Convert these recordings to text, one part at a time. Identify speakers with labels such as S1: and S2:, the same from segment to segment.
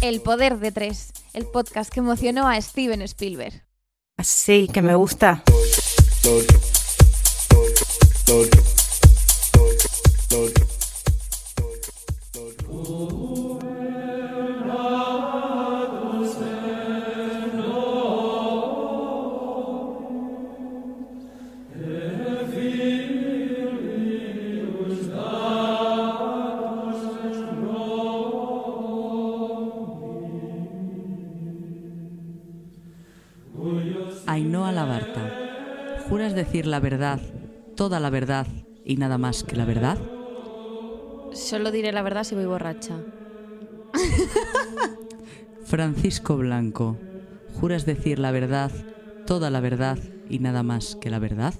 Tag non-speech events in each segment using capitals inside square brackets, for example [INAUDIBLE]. S1: El poder de tres, el podcast que emocionó a Steven Spielberg.
S2: Sí, que me gusta.
S3: Ainhoa Labarta, ¿juras decir la verdad, toda la verdad y nada más que la verdad?
S4: Solo diré la verdad si voy borracha.
S3: Francisco Blanco, ¿juras decir la verdad, toda la verdad y nada más que la verdad?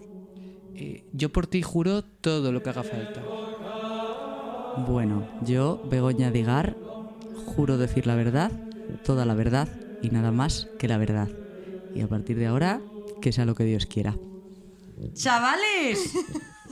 S5: Eh, yo por ti juro todo lo que haga falta.
S3: Bueno, yo, Begoña Digar, juro decir la verdad, toda la verdad y nada más que la verdad. Y a partir de ahora, que sea lo que Dios quiera.
S2: Chavales,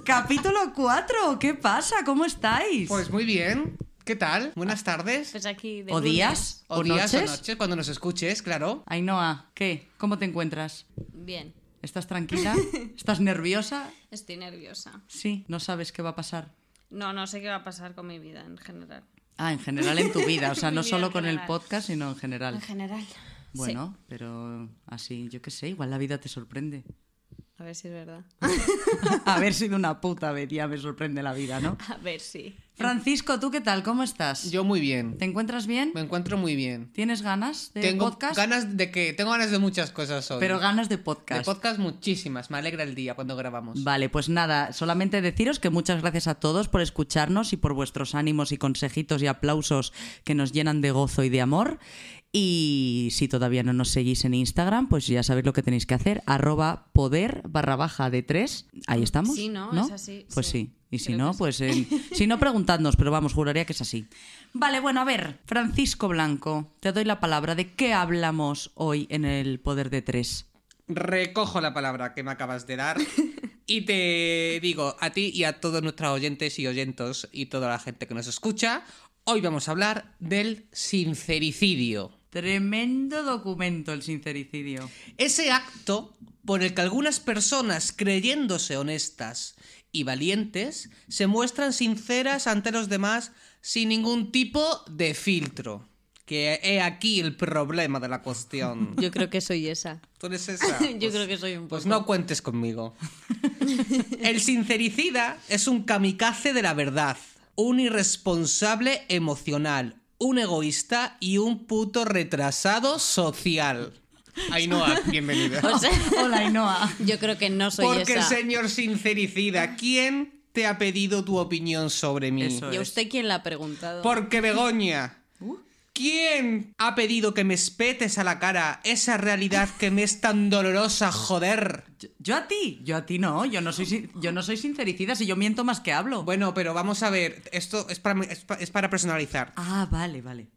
S2: capítulo 4, ¿qué pasa? ¿Cómo estáis?
S5: Pues muy bien. ¿Qué tal? Buenas tardes.
S4: Pues aquí de
S2: ¿O
S4: lunes.
S2: días?
S5: O, días o noches, cuando nos escuches, claro.
S3: Ainhoa, ¿qué? ¿Cómo te encuentras?
S4: Bien,
S3: ¿Estás tranquila? ¿Estás nerviosa?
S4: estoy nerviosa.
S3: Sí, no sabes qué va a pasar.
S4: No, no sé qué va a pasar con mi vida en general.
S3: Ah, en general en tu vida, o sea,
S4: Mi
S3: no
S4: vida
S3: solo
S4: en
S3: con el
S4: general.
S3: podcast, sino en general.
S4: general.
S3: Bueno, pero así, yo qué sé, igual la vida te sorprende. [LAUGHS]
S4: A ver si es [LAUGHS] verdad.
S3: Haber sido una puta vez ya me sorprende la vida, ¿no?
S4: A ver si.
S3: Francisco, ¿tú qué tal? ¿Cómo estás?
S5: Yo muy bien.
S3: ¿Te encuentras bien?
S5: Me encuentro muy bien.
S3: ¿Tienes ganas de
S5: Tengo
S3: podcast?
S5: ganas de que tengo ganas de muchas cosas hoy.
S3: Pero ganas de
S5: de
S3: podcast.
S5: podcast muchísimas. Me alegra el día cuando grabamos.
S3: Vale, pues nada, solamente deciros que muchas gracias a todos por escucharnos y por vuestros ánimos y consejitos y aplausos que nos llenan de gozo y de amor. Y si todavía no nos seguís en Instagram, pues ya sabéis lo que tenéis que hacer, arroba poder barra baja de tres. Ahí estamos.
S4: Sí, ¿no? Es así,
S3: Pues sí.
S4: sí.
S3: Y si
S4: Creo
S3: no,
S4: que sí.
S3: pues en- si no, preguntadnos, pero vamos, juraría que es así. Vale, bueno, a ver, Francisco Blanco, te doy la palabra. ¿De qué hablamos hoy en el Poder de Tres?
S5: Recojo la palabra que me acabas
S3: [LAUGHS]
S5: de dar y te digo a ti y a todos nuestros oyentes y oyentos y toda la gente que nos escucha, hoy vamos a hablar del sincericidio.
S3: Tremendo documento el sincericidio.
S5: Ese acto por el que algunas personas, creyéndose honestas y valientes, se muestran sinceras ante los demás sin ningún tipo de filtro. Que he aquí el problema de
S4: [LAUGHS]
S5: la cuestión.
S4: Yo creo que soy esa.
S5: ¿Tú eres esa?
S4: Yo creo que soy un [LAUGHS]
S5: Pues
S4: poco.
S5: no cuentes
S4: [LAUGHS]
S5: conmigo. El sincericida es un kamikaze de la verdad, un irresponsable emocional, un egoísta y un puto retrasado social. Ainhoa,
S4: [LAUGHS]
S5: bienvenida.
S4: O sea,
S3: Hola,
S4: [LAUGHS]
S3: Ainhoa.
S4: yo creo que no soy
S5: Porque,
S4: esa.
S5: señor sincericida, ¿quién te ha pedido tu opinión sobre mí?
S3: Eso
S4: ¿Y a usted quién la ha preguntado? [LAUGHS]
S5: Porque, Begoña,
S4: Uh.
S5: ¿quién ha pedido que me espetes a la cara esa realidad que me es tan
S4: [LAUGHS]
S5: dolorosa, joder?
S3: Yo, yo a ti, yo a ti no, yo no soy, sin- yo no soy sincericida, si yo miento más que hablo.
S5: Bueno, pero vamos a ver, esto es para, es pa- es para personalizar.
S3: Ah, vale, vale.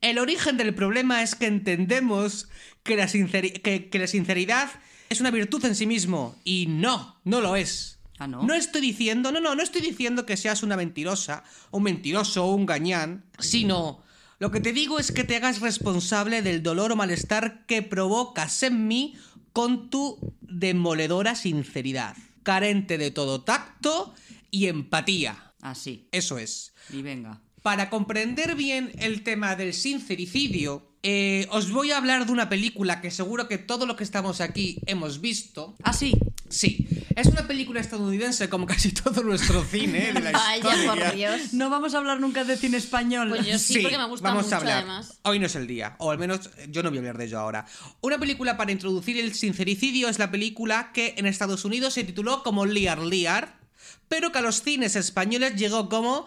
S5: El origen del problema es que entendemos que la, sinceri- que- que la sinceridad es una virtud en sí mismo. Y no, no lo es.
S3: Ah, ¿no?
S5: No estoy diciendo, no, no, no estoy diciendo que seas una mentirosa, un mentiroso o un gañán, sino lo que te digo es que te hagas responsable del dolor o malestar que provocas en mí con tu demoledora sinceridad, carente de todo tacto y empatía.
S3: Así.
S5: Eso es.
S3: Y venga.
S5: Para comprender bien el tema del sincericidio, eh, os voy a hablar de una película que seguro que todos los que estamos aquí hemos visto.
S3: Así.
S5: Sí, es una película estadounidense como casi [LAUGHS] todo nuestro cine de la
S4: Vaya,
S5: historia.
S4: por Dios.
S3: No vamos a hablar nunca de cine español.
S4: Pues yo sí, porque me gusta
S5: vamos
S4: mucho,
S5: a hablar.
S4: además.
S5: Hoy no es el día, o al menos eh, yo no voy a hablar de ello ahora. Una película para introducir el sincericidio es la película que en Estados Unidos se tituló como Liar Liar, pero que a los cines españoles llegó como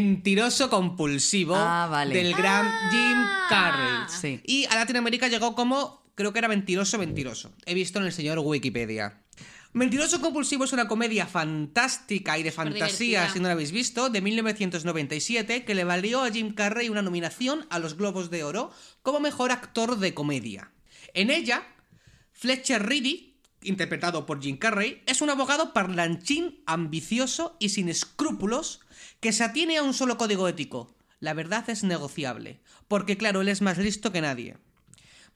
S5: Mentiroso Compulsivo
S3: Ah, vale.
S5: del gran Jim Carrey.
S3: Sí.
S5: Y a Latinoamérica llegó como, creo que era Mentiroso Mentiroso. He visto en el señor Wikipedia. Mentiroso Compulsivo es una comedia fantástica y de fantasía,
S4: divertida.
S5: si no la habéis visto, de 1997, que le valió a Jim Carrey una nominación a los Globos de Oro como mejor actor de comedia. En ella, Fletcher Reedy, interpretado por Jim Carrey, es un abogado parlanchín, ambicioso y sin escrúpulos que se atiene a un solo código ético. La verdad es negociable, porque claro, él es más listo que nadie.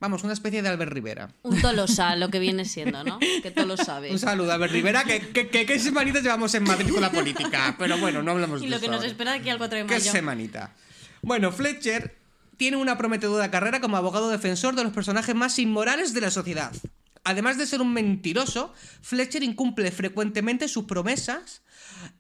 S5: Vamos, una especie de Albert Rivera.
S4: Un Tolosa, lo que viene siendo, ¿no? Que todo lo sabe.
S5: Un saludo, Albert Rivera, que, que, que- que semanitas llevamos en Madrid con la política, pero bueno, no hablamos
S4: [LAUGHS] Y
S5: de
S4: lo
S5: eso
S4: que nos
S5: ahora.
S4: espera de aquí al 4 de
S5: ¡Qué
S4: mayo.
S5: semanita! Bueno, Fletcher tiene una prometedora carrera como abogado defensor de los personajes más inmorales de la sociedad. Además de ser un mentiroso, Fletcher incumple frecuentemente sus promesas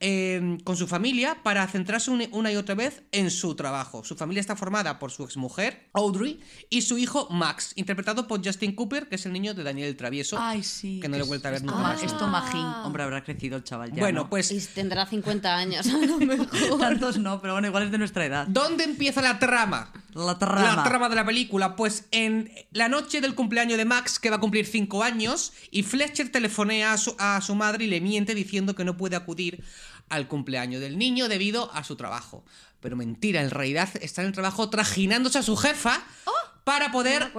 S5: eh, con su familia para centrarse un- una y otra vez en su trabajo. Su familia está formada por su exmujer, Audrey, y su hijo Max, interpretado por Justin Cooper, que es el niño de Daniel el Travieso,
S3: Ay, sí.
S5: que no le he
S3: es-
S5: vuelto a ver
S3: es
S5: nunca
S3: toma-
S5: más.
S3: Es Tomajín. Hombre, habrá crecido el chaval ya.
S5: bueno,
S3: ¿no?
S5: pues
S4: Y tendrá 50 años, a lo mejor.
S3: [LAUGHS] Tantos no, pero bueno, igual es de nuestra edad.
S5: ¿Dónde empieza la trama?
S3: La trama.
S5: La trama de la película. Pues en la noche del cumpleaños de Max, que va a cumplir 5 años, y Fletcher telefonea a su, a su madre y le miente diciendo que no puede acudir al cumpleaños del niño debido a su trabajo. Pero mentira, en realidad está en el trabajo trajinándose a su jefa para poder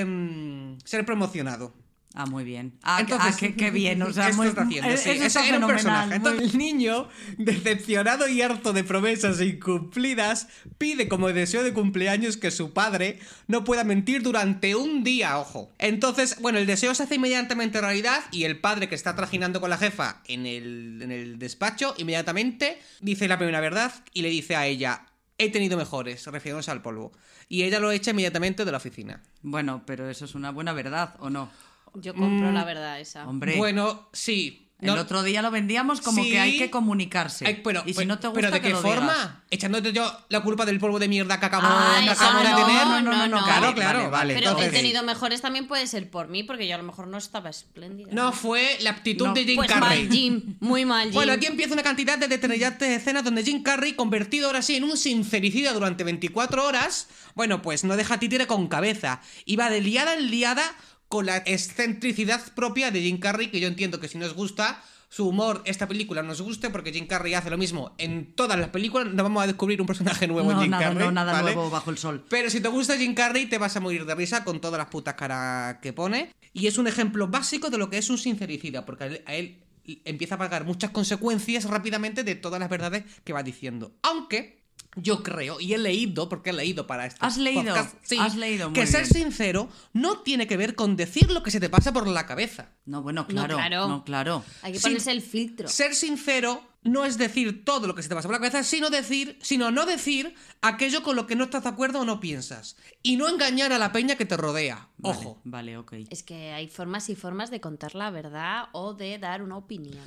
S5: eh, ser promocionado.
S3: Ah, muy bien. Ah,
S5: Entonces,
S3: ah, qué, qué bien.
S5: [LAUGHS]
S3: O sea,
S5: esto
S3: muy,
S5: está haciendo,
S3: eh,
S5: sí,
S3: eso
S5: ese
S3: está
S5: era un
S3: fenomenal,
S5: personaje.
S3: muy
S5: Entonces, el niño, decepcionado y harto de promesas incumplidas, pide como deseo de cumpleaños que su padre no pueda mentir durante un día, ojo. Entonces, bueno, el deseo se hace inmediatamente realidad y el padre que está trajinando con la jefa en el, en el despacho, inmediatamente dice la primera verdad y le dice a ella, he tenido mejores, refiriéndose al polvo. Y ella lo echa inmediatamente de la oficina.
S3: Bueno, pero eso es una buena verdad, ¿o no?
S4: Yo compro la verdad esa.
S3: Hombre,
S5: Bueno, sí.
S3: el
S5: no-
S3: otro día lo vendíamos como
S5: Sí.
S3: que hay que comunicarse.
S5: Ay, pero,
S3: y si
S5: pero-
S3: no te gusta,
S5: pero ¿de
S3: que
S5: qué
S3: lo
S5: forma?
S3: digas.
S5: Echándote yo la culpa del polvo de mierda que acabo,
S4: Ay,
S5: que acabo
S4: ah,
S5: de
S4: no,
S5: tener.
S4: no, no, no.
S5: Claro,
S4: Vale,
S5: claro,
S3: vale,
S5: vale.
S4: Pero
S5: entonces-
S4: he tenido mejores también puede ser por mí, porque yo a lo mejor no estaba espléndida.
S5: No fue la actitud
S3: No,
S5: de Jim
S4: pues
S5: Carrey.
S4: mal, Jim. Muy mal, Jim.
S5: Bueno, aquí empieza una cantidad de detallantes escenas donde Jim Carrey, convertido ahora sí en un sincericida durante 24 horas, bueno, pues no deja títere con cabeza. Y va de liada en liada con la excentricidad propia de Jim Carrey, que yo entiendo que si nos gusta su humor, esta película nos guste, porque Jim Carrey hace lo mismo en todas las películas, no vamos a descubrir un personaje nuevo en
S3: No,
S5: Jim
S3: nada,
S5: Carrey.
S3: no, nada
S5: ¿vale?
S3: nuevo bajo el sol.
S5: Pero si te gusta Jim Carrey, te vas a morir de risa con todas las putas caras que pone. Y es un ejemplo básico de lo que es un sincericida, porque a él, a él empieza a pagar muchas consecuencias rápidamente de todas las verdades que va diciendo. Aunque yo creo, y he leído, porque he leído para este
S3: Has leído,
S5: podcast, sí,
S3: has leído, muy
S5: que ser
S3: bien.
S5: sincero no tiene que ver con decir lo que se te pasa por la cabeza.
S3: No, bueno, claro. No, claro.
S4: claro. Hay que ponerse
S5: Sí.
S4: el filtro.
S5: Ser sincero no es decir todo lo que se te pasa por la cabeza, sino decir, sino no decir aquello con lo que no estás de acuerdo o no piensas. Y no engañar a la peña que te rodea.
S3: Vale,
S5: Ojo.
S3: Vale, ok.
S4: Es que hay formas y formas de contar la verdad o de dar una opinión.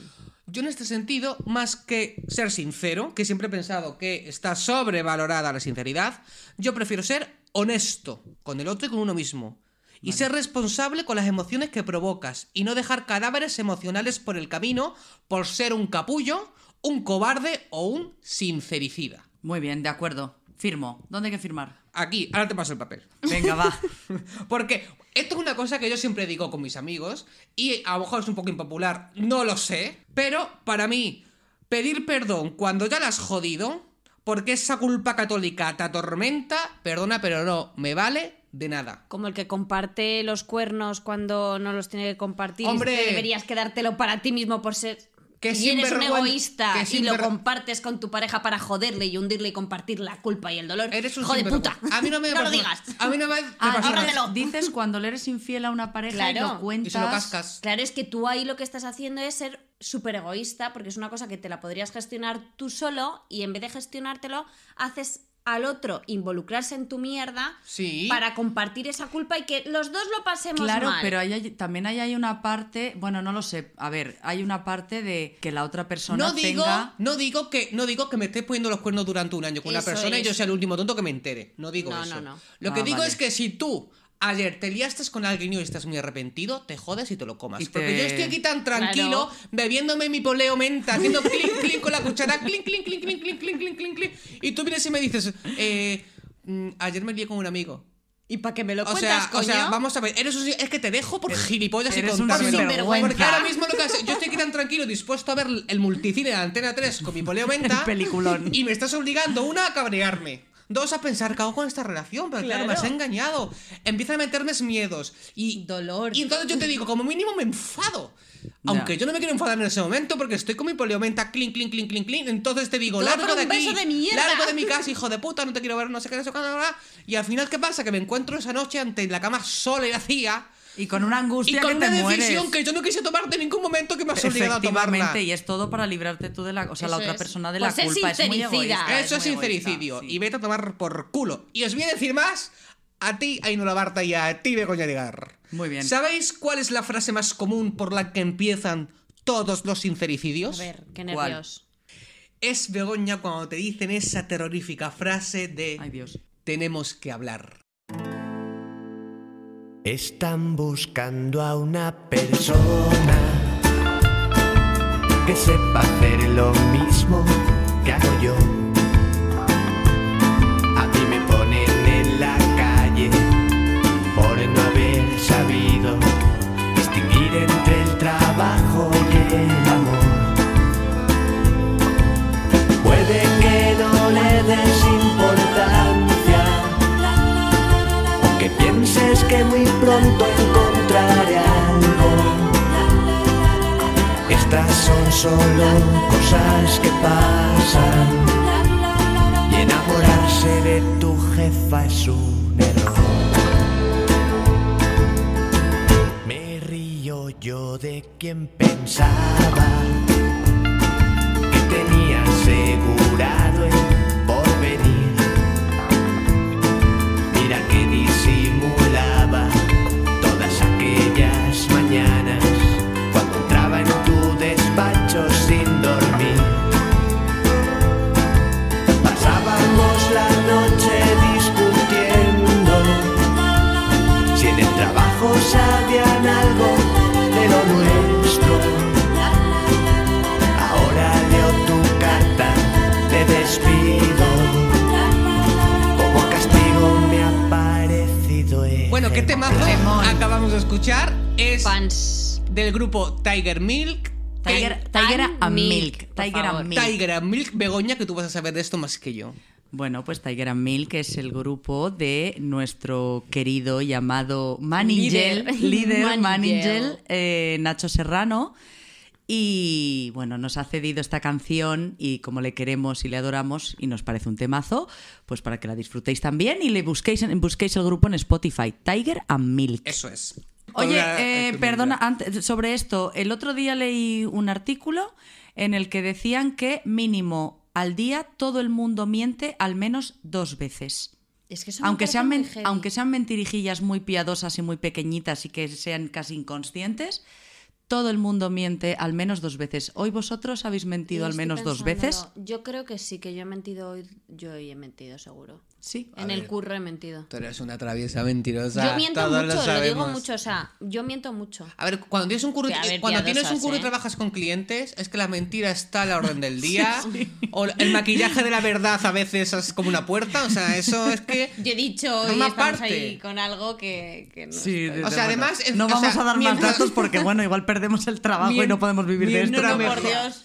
S5: Yo en este sentido, más que ser sincero, que siempre he pensado que está sobrevalorada la sinceridad, yo prefiero ser honesto con el otro y con uno mismo. Y ser responsable con las emociones que provocas y no dejar cadáveres emocionales por el camino por ser un capullo, un cobarde o un sincericida.
S3: Muy bien, de acuerdo. Firmo. ¿Dónde hay que firmar?
S5: Aquí, ahora te paso el papel.
S3: Venga, [LAUGHS] va.
S5: Porque esto es una cosa que yo siempre digo con mis amigos y a lo mejor es un poco impopular, no lo sé, pero para mí pedir perdón cuando ya la has jodido, porque esa culpa católica te atormenta, perdona, pero no, me vale de nada.
S4: Como el que comparte los cuernos cuando no los tiene que compartir.
S5: Hombre.
S4: Es que deberías quedártelo para ti mismo por ser.
S5: Que
S4: y eres un
S5: sinvergüen-
S4: egoísta
S5: que
S4: y lo
S5: sinver-
S4: compartes con tu pareja para joderle y hundirle y compartir la culpa y el dolor.
S5: Eres un
S4: Hijo de
S5: sinvergüenza.
S4: puta.
S5: A mí
S4: [LAUGHS]
S5: no me
S4: lo
S5: pasa-
S4: digas.
S5: A mí no me me
S3: Ah,
S5: pasa nada.
S4: ábrelo.
S3: Dices cuando le eres infiel a una pareja y
S4: Claro.
S3: lo cuentas.
S5: Y se lo cascas.
S4: Claro, es que tú ahí lo que estás haciendo es ser súper egoísta, porque es una cosa que te la podrías gestionar tú solo y en vez de gestionártelo, haces al otro involucrarse en tu mierda
S5: Sí.
S4: para compartir esa culpa y que los dos lo pasemos
S3: Claro,
S4: mal.
S3: pero ahí hay- también ahí hay una parte, bueno, no lo sé, a ver, hay una parte de que la otra persona
S5: no digo,
S3: tenga...
S5: no digo que no digo que me estés poniendo los cuernos durante un año con una
S4: Eso
S5: persona y
S4: es.
S5: yo sea el último tonto que me entere. No digo
S4: No,
S5: eso.
S4: no, no.
S5: Lo que
S3: Ah,
S5: digo
S3: vale.
S5: es que si tú ayer te liaste con alguien y hoy estás muy arrepentido, te jodes y te lo comas.
S3: Y
S5: Porque
S3: te-
S5: yo estoy aquí tan tranquilo, bebiéndome mi poleo menta, haciendo clink, clink con la cuchara, clink, clink, clink, clink, clink, clink, clink, clink, clink. Y tú vienes y me dices, eh, mm, ayer me lié con un amigo.
S4: Y para que me lo
S5: O sea, o sea, vamos a ver, eres un- es que te dejo por gilipollas y
S3: eres un
S5: contármelo.
S3: sinvergüenza.
S5: Porque ahora mismo lo que haces, yo estoy aquí tan tranquilo, dispuesto a ver el multicine de Antena 3 con mi poleo
S3: [LAUGHS]
S5: menta.
S3: El peliculón.
S5: Y me estás obligando, una, a cabrearme. Dos, a pensar, ¿qué hago con esta relación? Pero claro, me has
S4: Claro.
S5: engañado. Empiezan a meterme miedos y
S4: Dolor.
S5: Y entonces yo te digo, como mínimo me enfado. Aunque
S3: Ya.
S5: yo no me quiero enfadar en ese momento porque estoy con mi poliomenta, clink, clink, clink, clink, clink. Entonces te digo,
S4: Todo
S5: largo
S4: por
S5: de
S4: un
S5: aquí,
S4: beso de mierda".
S5: largo de mi casa, hijo de puta, no te quiero ver, no sé qué, no sé qué, no sé qué. Y al final, ¿qué pasa? Que me encuentro esa noche ante la cama sola y vacía
S3: Y con una
S5: y
S3: angustia
S5: con
S3: que
S5: una
S3: te
S5: decisión
S3: mueres.
S5: que yo no quise tomar de ningún momento que me has obligado a tomarla.
S3: Efectivamente, y es todo para librarte tú de la, o sea, la
S4: Eso
S3: otra
S4: es.
S3: persona de
S4: Pues
S3: la
S4: es
S3: culpa. Es, muy
S4: sincericida.
S3: egoísta,
S5: Eso es
S3: muy egoísta,
S5: sincericidio.
S3: sí.
S5: Y vete a tomar por culo. Y os voy a decir más a ti, Ainhoa Barta, y a ti, Begoña llegar.
S3: Muy bien.
S5: ¿Sabéis cuál es la frase más común por la que empiezan todos los
S4: A
S5: sincericidios?
S4: ver, qué
S3: ¿Cuál?
S4: nervios.
S5: Es Begoña cuando te dicen esa terrorífica frase de
S3: Ay, Dios.
S5: tenemos que hablar.
S6: Están buscando a una persona que sepa hacer lo mismo que hago yo. A mí me ponen en la calle por no haber sabido distinguir entre el trabajo y el amor. Puede que no le des importancia que pienses que muy pronto encontraré algo. Estas son solo cosas que pasan y enamorarse de tu jefa es un error. Me río yo de quien pensaba que tenía asegurado el porvenir. Mira que disimulaba todas aquellas mañanas cuando entraba en tu despacho sin dormir. Pasábamos la noche discutiendo si en el trabajo sabían algo de lo nuestro. Ahora leo tu carta de despido. Como castigo me ha parecido
S5: Bueno, ¿qué temazo Ah, acabamos de escuchar? Es
S4: Fans.
S5: del grupo Tiger Milk. que-
S3: Tiger,
S4: Ay,
S3: Tiger a
S4: milk,
S3: Milk.
S4: por
S3: Tiger a
S4: favor.
S3: Milk.
S5: Tiger and Milk, Begoña, que tú vas a saber de esto más que yo.
S3: Bueno, pues Tiger and Milk es el grupo de nuestro querido llamado Maningel,
S4: Líder.
S3: [LAUGHS] líder
S4: Maningel.
S3: Maningel, eh, Nacho Serrano. Y bueno, nos ha cedido esta canción y como le queremos y le adoramos y nos parece un temazo, pues para que la disfrutéis también y le busquéis, en- busquéis el grupo en Spotify, Tiger and Milk.
S5: Eso es.
S3: Oye,
S5: Ahora,
S3: eh,
S5: hay que
S3: perdona,
S4: ah.
S5: mirar.
S3: antes- sobre esto, el otro día leí un artículo en el que decían que mínimo al día todo el mundo miente al menos dos veces.
S4: Es que eso me
S3: Aunque
S4: parece
S3: sean,
S4: muy
S3: men-
S4: heavy.
S3: aunque sean mentirijillas muy piadosas y muy pequeñitas y que sean casi inconscientes, todo el mundo miente al menos dos veces. Hoy vosotros habéis mentido
S4: Yo
S3: al
S4: estoy
S3: menos dos
S4: pensándolo.
S3: veces.
S4: Yo creo que sí, que yo he mentido hoy. Yo hoy he mentido, seguro.
S3: Sí.
S4: en el curro he mentido.
S5: Tú eres una traviesa mentirosa.
S4: yo miento
S5: todos
S4: mucho, lo, digo
S5: sabemos.
S4: mucho, o sea, yo miento mucho.
S5: A ver, cuando tienes un curro,
S4: Que, a ver,
S5: cuando tienes un
S4: piadosas,
S5: curro y
S4: ¿eh?
S5: trabajas con clientes, es que la mentira está a la
S4: [LAUGHS]
S5: orden del día. O el maquillaje de la verdad a veces es como una puerta. O sea, eso es que.
S4: Yo he dicho, hoy
S5: Forma
S4: estamos
S5: parte.
S4: ahí con algo que, que no estoy.
S5: O sea, además, es-
S3: no
S5: o sea,
S3: vamos a dar
S5: mientras-
S3: más datos porque bueno, igual perdemos el trabajo y no podemos vivir de esto.
S5: Mientras
S4: No, no, por
S5: mejor.
S4: Dios.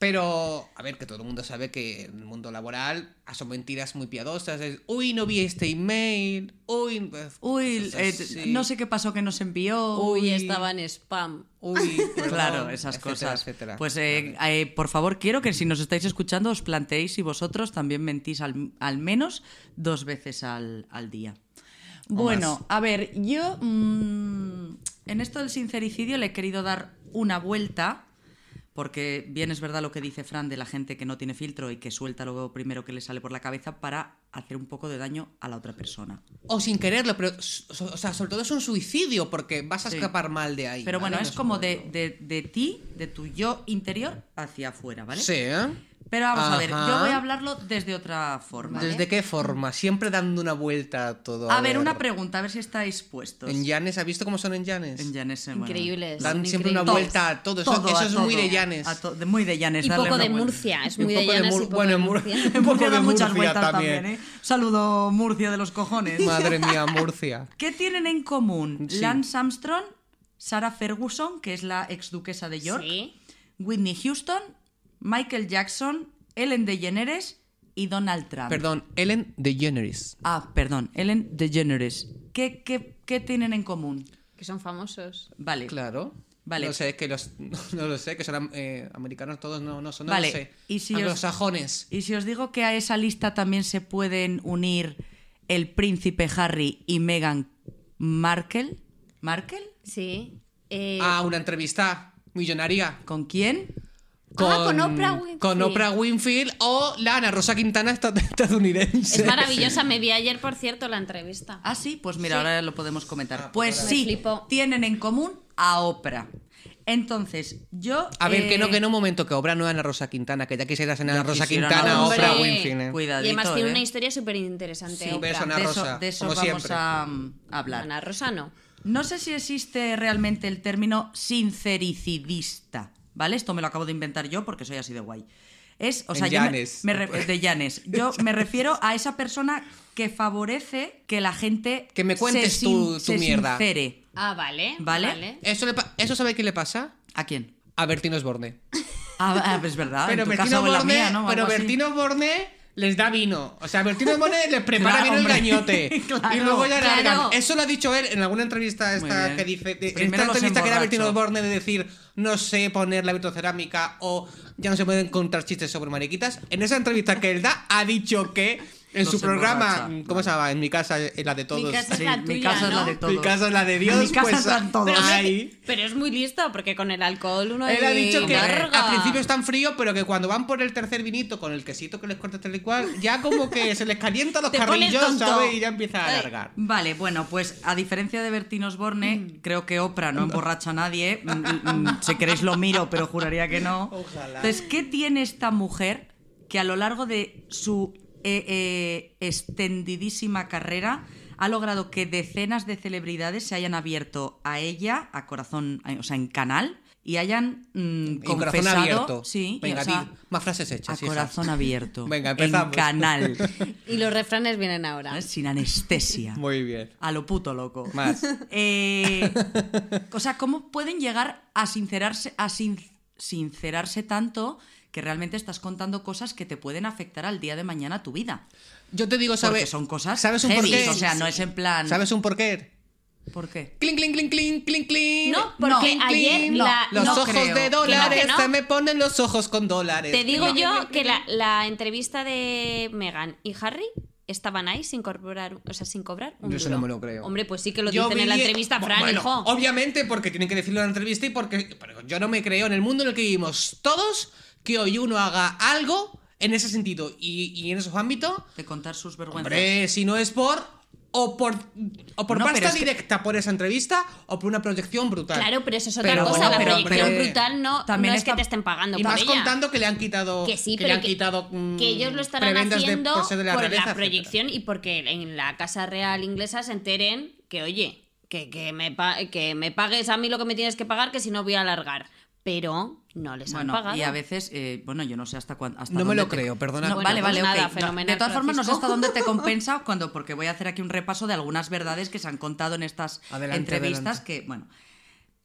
S5: Pero, a ver, que todo el mundo sabe que en el mundo laboral ah, son mentiras muy piadosas. Es, uy, no vi este email. Uy, pues,
S3: Uy,
S5: cosas
S3: eh,
S5: así.
S3: no sé qué pasó que nos envió. pues
S4: Uy, estaba en spam.
S5: Uy, perdón,
S3: Claro, esas
S5: etcétera,
S3: cosas.
S5: etcétera.
S3: Pues eh,
S5: Vale.
S3: eh, por favor, quiero que si nos estáis escuchando os planteéis si vosotros también mentís al, al menos dos veces al, al día. Bueno, a ver, yo mm, en esto del sincericidio le he querido dar una vuelta, porque bien es verdad lo que dice Fran de la gente que no tiene filtro y que suelta lo primero que le sale por la cabeza para hacer un poco de daño a la otra persona.
S5: O sin quererlo, pero. so- O sea, sobre todo es un suicidio porque vas a
S3: Sí.
S5: escapar mal de ahí.
S3: Pero
S5: ¿vale?
S3: bueno,
S5: No
S3: es como
S5: un-
S3: de, de- de ti, de tu yo interior hacia afuera, ¿vale?
S5: Sí, ¿eh?
S3: Pero vamos a ver, yo
S5: Ajá.
S3: voy a hablarlo desde otra forma. ¿eh?
S5: ¿Desde qué forma? Siempre dando una vuelta a todo.
S3: A ver, una pregunta, a ver si estáis puestos.
S5: ¿En Llanes? ¿Has visto cómo son en Llanes?
S3: En Llanes, eh, bueno.
S4: Increíbles.
S5: Dan
S4: son
S5: siempre una
S4: increíbles.
S5: vuelta a todo. Eso,
S3: Todo,
S5: eso
S3: a
S5: es muy
S3: todo.
S5: de Llanes.
S3: A to- de- muy de Llanes.
S4: Y
S3: darle
S4: poco
S3: una
S4: de
S3: vuelta. [LAUGHS]
S4: Murcia, es
S5: Y
S4: muy de
S5: poco de
S4: llanas y
S5: Mur-
S4: poco
S5: bueno,
S4: de
S5: en Mur-
S4: Murcia.
S3: En Murcia
S5: Un poco
S3: dan
S5: de
S3: muchas
S5: Murcia
S3: vueltas también,
S5: también.
S3: ¿eh? Un Saludo Murcia de los cojones. [LAUGHS]
S5: Madre mía, Murcia.
S3: ¿Qué tienen en común
S5: Sí.
S3: Lance Armstrong, Sarah Ferguson, que es la ex duquesa de York,
S4: Sí.
S3: Whitney Houston, Michael Jackson, Ellen DeGeneres y Donald Trump.
S5: Perdón, Ellen DeGeneres.
S3: Ah, perdón, Ellen DeGeneres. ¿Qué, qué, qué tienen en común?
S4: Que son famosos.
S3: Vale.
S5: Claro.
S3: Vale.
S5: No sé, es que los, [LAUGHS] no lo sé, que son am- eh, americanos todos, no, no son, no
S3: Vale.
S5: lo sé.
S3: Y si os-
S5: Anglosajones.
S3: Y si os digo que a esa lista también se pueden unir el príncipe Harry y Meghan Markle. ¿Markle?
S4: Sí. Eh,
S5: Ah, una entrevista millonaria.
S3: ¿Con quién?
S4: Ah, con Oprah Winfrey.
S5: con Oprah Winfield o la Ana Rosa Quintana esta- [LAUGHS] estadounidense.
S4: es maravillosa. Me vi ayer, por cierto, la entrevista.
S3: Ah, sí, pues mira, ahora lo podemos comentar.
S5: Ah,
S3: pues
S4: claro. Me
S3: sí,
S4: flipó.
S3: tienen en común a Oprah. Entonces, yo...
S5: A ver,
S3: eh,
S5: que no, que no, un momento, que Oprah no es Ana Rosa Quintana, que ya quisieras Ana
S3: Ya
S5: Rosa
S3: quisieran
S5: Quintana,
S3: a
S4: Hombre.
S5: Oprah Winfrey. eh.
S4: Y
S3: Cuidadito,
S4: además tiene
S3: ¿eh?
S4: una historia súper interesante.
S3: Sí,
S5: Un beso,
S3: de
S5: Ana
S3: eso-
S5: Rosa,
S3: de eso
S5: como
S3: vamos
S5: siempre.
S3: a mm, hablar.
S4: Ana Rosa no.
S3: No sé si existe realmente el término sincericidista, ¿vale? Esto me lo acabo de inventar yo porque soy así de guay. Es, o
S5: En
S3: sea, yo me-
S5: llanes.
S3: me re- de Llanes.
S5: [LAUGHS]
S3: Yo me refiero a esa persona que favorece que la gente
S5: Que me
S3: se
S5: cuentes
S3: sin-
S5: tu- tu
S3: se
S5: mierda.
S3: sincere.
S4: Ah, vale.
S3: Vale.
S5: ¿Eso, le pa- ¿Eso sabe qué le pasa?
S3: ¿A quién?
S5: A Bertino Osborne.
S3: Ah, ah, pues es verdad.
S5: Pero
S3: en tu
S5: Bertino
S3: caso o en la
S5: Osborne,
S3: mía, ¿no?
S5: pero
S3: Algo así.
S5: Bertino Osborne les da vino. O sea, Bertino
S3: [LAUGHS]
S5: Osborne les prepara
S3: Claro,
S5: bien el
S3: hombre. [LAUGHS]
S5: gañote.
S3: Claro,
S5: y luego ya
S4: claro.
S5: largan. Eso lo ha dicho él en alguna entrevista
S3: Muy
S5: esta
S3: bien. Pues
S5: que dice. de-
S3: Primero
S5: esta
S3: los
S5: entrevista que era
S3: emborracho.
S5: Bertino Osborne de decir, no sé poner la vitrocerámica o ya no se pueden contar chistes sobre mariquitas. En esa entrevista que él da, ha dicho que en
S3: Los
S5: su programa,
S3: emborracha.
S5: ¿cómo se llama? En mi casa, en la de todos.
S4: Mi casa es
S3: Sí,
S4: la
S3: mi
S4: tuya,
S3: casa es la
S4: ¿no?
S3: de todos.
S5: Mi casa es la de Dios.
S3: En mi casa
S5: pues,
S3: están todos.
S5: pero ahí-
S4: Pero es muy listo porque con el alcohol uno
S5: Él ha
S4: dice,
S5: dicho que
S4: "Verga".
S5: al principio están fríos, pero que cuando van por el tercer vinito con el quesito que les corta tal y cual, ya como que se les
S3: [LAUGHS]
S5: calienta los
S4: Te pones
S5: carrillos,
S4: tonto.
S5: ¿sabes? Y ya empieza a
S4: Ay.
S5: alargar.
S3: Vale, bueno, pues a diferencia de Bertín Osborne, creo que Oprah no emborracha a nadie. Mm, mm, mm, si queréis lo miro, pero juraría que no.
S5: Ojalá.
S3: Entonces, ¿qué tiene esta mujer que a lo largo de su eh, eh, extendidísima carrera ha logrado que decenas de celebridades se hayan abierto a ella, a corazón, eh, o sea, en canal, y hayan mm,
S5: Y
S3: confesado...
S5: corazón abierto.
S3: Sí, y,
S5: Venga,
S3: o sea,
S5: di más frases
S3: a
S5: hechas. hija.
S3: corazón abierto.
S5: Venga, empezamos.
S3: En
S5: [LAUGHS]
S3: canal.
S4: Y los refranes vienen ahora.
S3: ¿eh? Sin anestesia.
S5: Muy bien.
S3: A lo puto loco.
S5: Más. [LAUGHS]
S3: Eh, o sea, ¿cómo pueden llegar a sincerarse, a sin- sincerarse tanto que realmente estás contando cosas que te pueden afectar al día de mañana a tu vida?
S5: Yo te digo,
S3: Porque
S5: ¿sabes?
S3: son cosas
S5: ¿Sabes un
S3: heavies,
S5: porqué?
S3: o sea, no es en plan...
S5: ¿Sabes un porqué?
S3: ¿Por qué?
S5: Cling, cling, cling, cling, cling, cling.
S4: No, porque
S3: No,
S4: ayer
S3: no,
S4: la,
S5: Los
S4: no,
S5: ojos
S3: creo. Que
S5: de
S3: no,
S5: dólares
S4: que no.
S5: se me ponen los ojos con dólares.
S4: Te digo
S5: No.
S4: yo que la, la entrevista de Megan y Harry estaban ahí sin cobrar, o sea, sin cobrar un
S5: Yo eso
S4: duro.
S5: no me lo creo.
S4: Hombre, pues sí que lo
S5: Yo
S4: dicen en la
S5: vi-
S4: entrevista,
S5: Bu-
S4: Fran,
S5: bueno,
S4: hijo.
S5: Obviamente, porque tienen que decirlo en la entrevista y porque. pero yo no me creo en el mundo en el que vivimos todos que hoy uno haga algo en ese sentido y, y en esos ámbitos.
S3: De contar sus vergüenzas.
S5: Hombre, si no es por. O por, o por
S3: No, pero
S5: pasta
S3: es que-
S5: directa por esa entrevista o por una proyección brutal.
S4: Claro, pero eso es otra
S5: Pero
S4: cosa.
S5: bueno,
S4: la
S5: pero-
S4: proyección
S5: pero-
S4: brutal no,
S3: también
S4: no es que
S3: está-
S4: te estén pagando
S5: Y
S4: por
S5: más
S4: ella.
S5: contando que le han quitado.
S4: que sí,
S5: le
S4: pero
S5: han quitado. mm,
S4: que ellos lo estarán
S5: prebendas de
S4: haciendo
S5: poseo de la
S4: por
S5: realeza,
S4: la
S5: etcétera.
S4: proyección y porque en la Casa Real inglesa se enteren que, oye, que, que me, pa- que me pagues a mí lo que me tienes que pagar, que si no voy a alargar. Pero no les han
S3: Bueno,
S4: pagado.
S3: y a veces, eh, bueno, yo no sé hasta cuándo.
S5: No me lo creo, perdona.
S4: Bueno,
S3: vale,
S4: pues
S3: vale,
S4: nada,
S3: ok.
S4: fenomenal,
S3: De todas formas, no sé
S4: Francisco.
S3: hasta dónde
S4: [LAUGHS]
S3: te compensa cuando, porque voy a hacer aquí un repaso de algunas verdades que se han contado en estas
S5: Adelante,
S3: entrevistas.
S5: adelante.
S3: Que, bueno,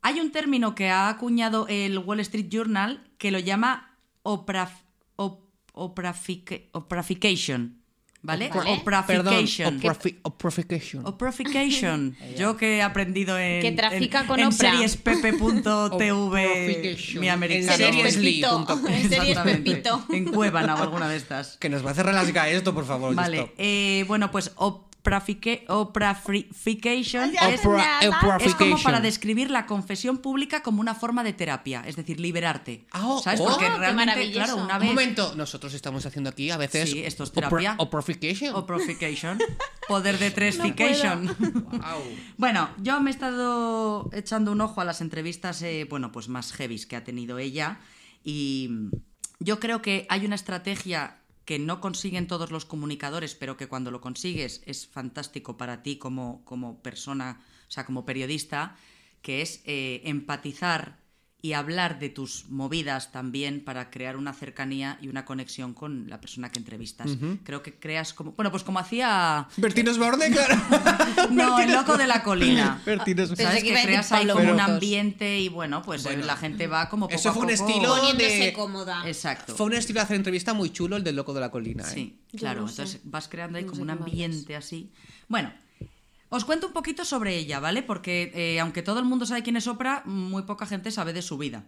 S3: hay un término que ha acuñado el Wall Street Journal que lo llama opraf, op- oprafique- oprafication. ¿Vale?
S4: Vale.
S5: Perdón.
S3: Oprafication.
S5: oprofi- oprofication. [LAUGHS]
S3: Oprafication. Yo que he aprendido en.
S4: Que trafica
S3: en-
S4: con
S3: en
S4: Oprah.
S3: series pp.tv.
S5: [LAUGHS] Oprafication.
S3: mi
S5: En
S3: americano.
S5: series
S4: Pepito. [LAUGHS]
S5: Leslie.com.
S4: En series
S3: Exactamente.
S4: Pepito.
S3: En Cuevana o alguna de estas.
S5: Que nos va a hacer relasgar esto, por favor.
S3: Vale, eh, bueno, pues oprafique- oprafication
S4: Ah,
S3: es,
S5: Opra,
S3: es como para describir la confesión pública como una forma de terapia, es decir, liberarte.
S5: Ah, oh,
S3: ¿Sabes?
S5: oh,
S3: Porque
S4: qué
S3: realmente,
S4: maravilloso.
S3: claro, una
S5: Un
S3: vez
S5: momento, nosotros estamos haciendo aquí a veces.
S3: Sí, esto es
S5: opra-
S3: terapia.
S4: [LAUGHS]
S5: Oprofication.
S3: oprafication, poder de tresification.
S5: Au.
S3: Bueno, yo me he estado echando un ojo a las entrevistas, eh, bueno, pues más heavies que ha tenido ella. Y yo creo que hay una estrategia que no consiguen todos los comunicadores, pero que cuando lo consigues es fantástico para ti como, como persona, o sea, como periodista, que es eh, empatizar y hablar de tus movidas también para crear una cercanía y una conexión con la persona que entrevistas. Creo que creas como. Bueno, pues como hacía.
S5: Bertinos Borne, claro.
S3: No, el loco de la
S5: [LAUGHS]
S3: colina.
S5: Bertinos
S1: Pensé
S3: ¿Sabes?
S1: que
S3: Que
S1: iba a decir
S3: creas ahí
S1: Pablo
S3: como un
S1: Motos.
S3: ambiente y bueno, pues eh,
S5: Bueno.
S3: la gente va como poco
S5: Eso
S3: a
S5: fue un
S3: poco-
S5: estilo-
S4: Poniéndose
S5: de-
S4: cómoda.
S3: Exacto.
S5: [LAUGHS] Fue un estilo de hacer entrevista muy chulo el del loco de la colina. ¿eh?
S3: Sí,
S4: Yo
S3: claro.
S4: no sé.
S3: entonces vas creando ahí
S4: No
S3: como
S4: sé
S3: un
S4: qué más
S3: ambiente así. Bueno, os cuento un poquito sobre ella, ¿vale? Porque eh, aunque todo el mundo sabe quién es Oprah, muy poca gente sabe de su vida.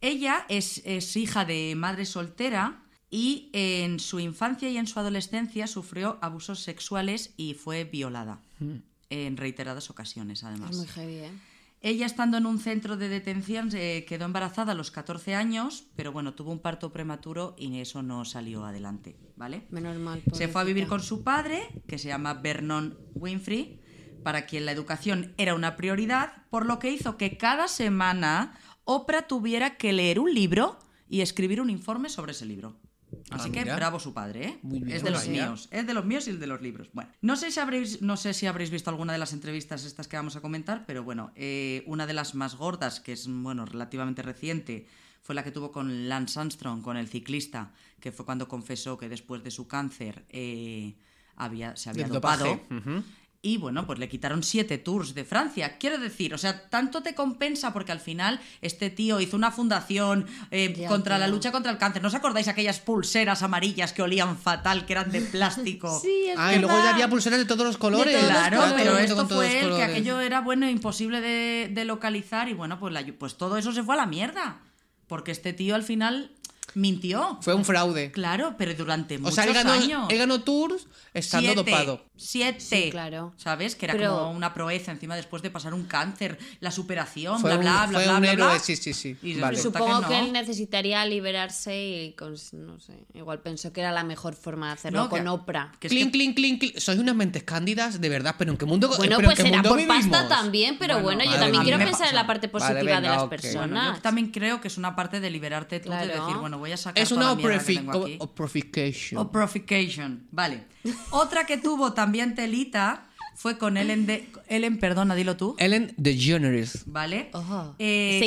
S3: Ella es, es hija de madre soltera y en su infancia y en su adolescencia sufrió abusos sexuales y fue violada
S5: Mm.
S3: en reiteradas ocasiones, además.
S4: Es muy heavy, ¿eh?
S3: Ella estando en un centro de detención eh, quedó embarazada a los 14 años, pero bueno, tuvo un parto prematuro y eso no salió adelante, ¿vale?
S4: Menos mal.
S3: Se fue a vivir con
S4: pobrecita.
S3: su padre, que se llama Vernon Winfrey, para quien la educación era una prioridad, por lo que hizo que cada semana Oprah tuviera que leer un libro y escribir un informe sobre ese libro. Así
S5: Ah,
S3: que
S5: mira.
S3: bravo su padre, ¿eh?
S5: Muy bien,
S3: es de los
S5: vaya.
S3: míos, es de los míos y el de los libros. Bueno, no sé si habréis, no sé si habréis visto alguna de las entrevistas estas que vamos a comentar, pero bueno, eh, una de las más gordas, que es bueno relativamente reciente, fue la que tuvo con Lance Armstrong, con el ciclista, que fue cuando confesó que después de su cáncer eh, había, se había
S5: Del
S3: dopado.
S5: dopaje. Ujú.
S3: Y bueno, pues le quitaron siete tours de Francia. Quiero decir, o sea, tanto te compensa porque al final este tío hizo una fundación eh,
S4: Ya,
S3: contra la
S4: tío.
S3: lucha contra el cáncer. ¿No os acordáis aquellas pulseras amarillas que olían fatal, que eran de plástico?
S4: [LAUGHS] Sí, es
S5: Ah, y luego ya
S4: verdad.
S5: había pulseras de todos los colores.
S4: todos los
S3: Claro,
S4: colores.
S3: pero
S5: Todo el mundo
S3: esto
S5: con todos
S3: fue
S5: los
S3: el que
S5: colores.
S3: aquello era bueno imposible de, de localizar y bueno, pues, la, pues todo eso se fue a la mierda. Porque este tío al final mintió.
S5: Fue un fraude.
S3: Claro, pero durante
S5: O
S3: muchos
S5: sea, él ganó,
S3: años.
S5: él ganó tours estando
S3: Siete.
S5: dopado.
S3: Siete.
S4: Sí, claro.
S3: ¿Sabes? Que era
S4: Pero-
S3: como una proeza encima después de pasar un cáncer, la superación,
S5: Fue
S3: bla,
S5: un-
S3: bla, bla,
S5: fue
S3: bla,
S5: un
S3: bla,
S5: héroe,
S3: bla.
S5: sí, sí, sí.
S3: Y
S5: Vale.
S3: resulta
S4: Supongo
S3: que
S4: que,
S3: no.
S4: él necesitaría liberarse y, con- no sé, igual pensó que era la mejor forma de hacerlo
S3: No, que-
S4: con Oprah.
S3: que es
S5: clink,
S3: que-
S5: clink, clink, clink. Sois unas mentes cándidas, de verdad, pero ¿en qué mundo
S4: Bueno,
S5: pero ¿en
S4: pues
S5: qué
S4: era
S5: mundo
S4: por
S5: vivimos?
S4: pasta también, pero
S3: Bueno,
S4: bueno, yo
S5: vale,
S4: también
S5: a mí
S4: quiero
S5: me
S4: pensar
S3: pasa.
S4: en la parte
S5: Vale,
S4: positiva de
S5: venga,
S4: las
S5: ok.
S3: Bueno,
S4: personas.
S3: yo también creo que es una parte de liberarte tú de
S4: Claro.
S3: decir, bueno, voy a sacar
S5: Es
S3: toda
S5: una
S3: la mierda que tengo aquí.
S5: oprofic- oprofication.
S3: Oprofication, vale. Otra que tuvo también Telita fue con Ellen, de, Ellen perdona, dilo tú.
S5: Ellen DeGeneres.
S3: ¿Vale?
S4: Ojo.
S3: Eh,
S4: Ese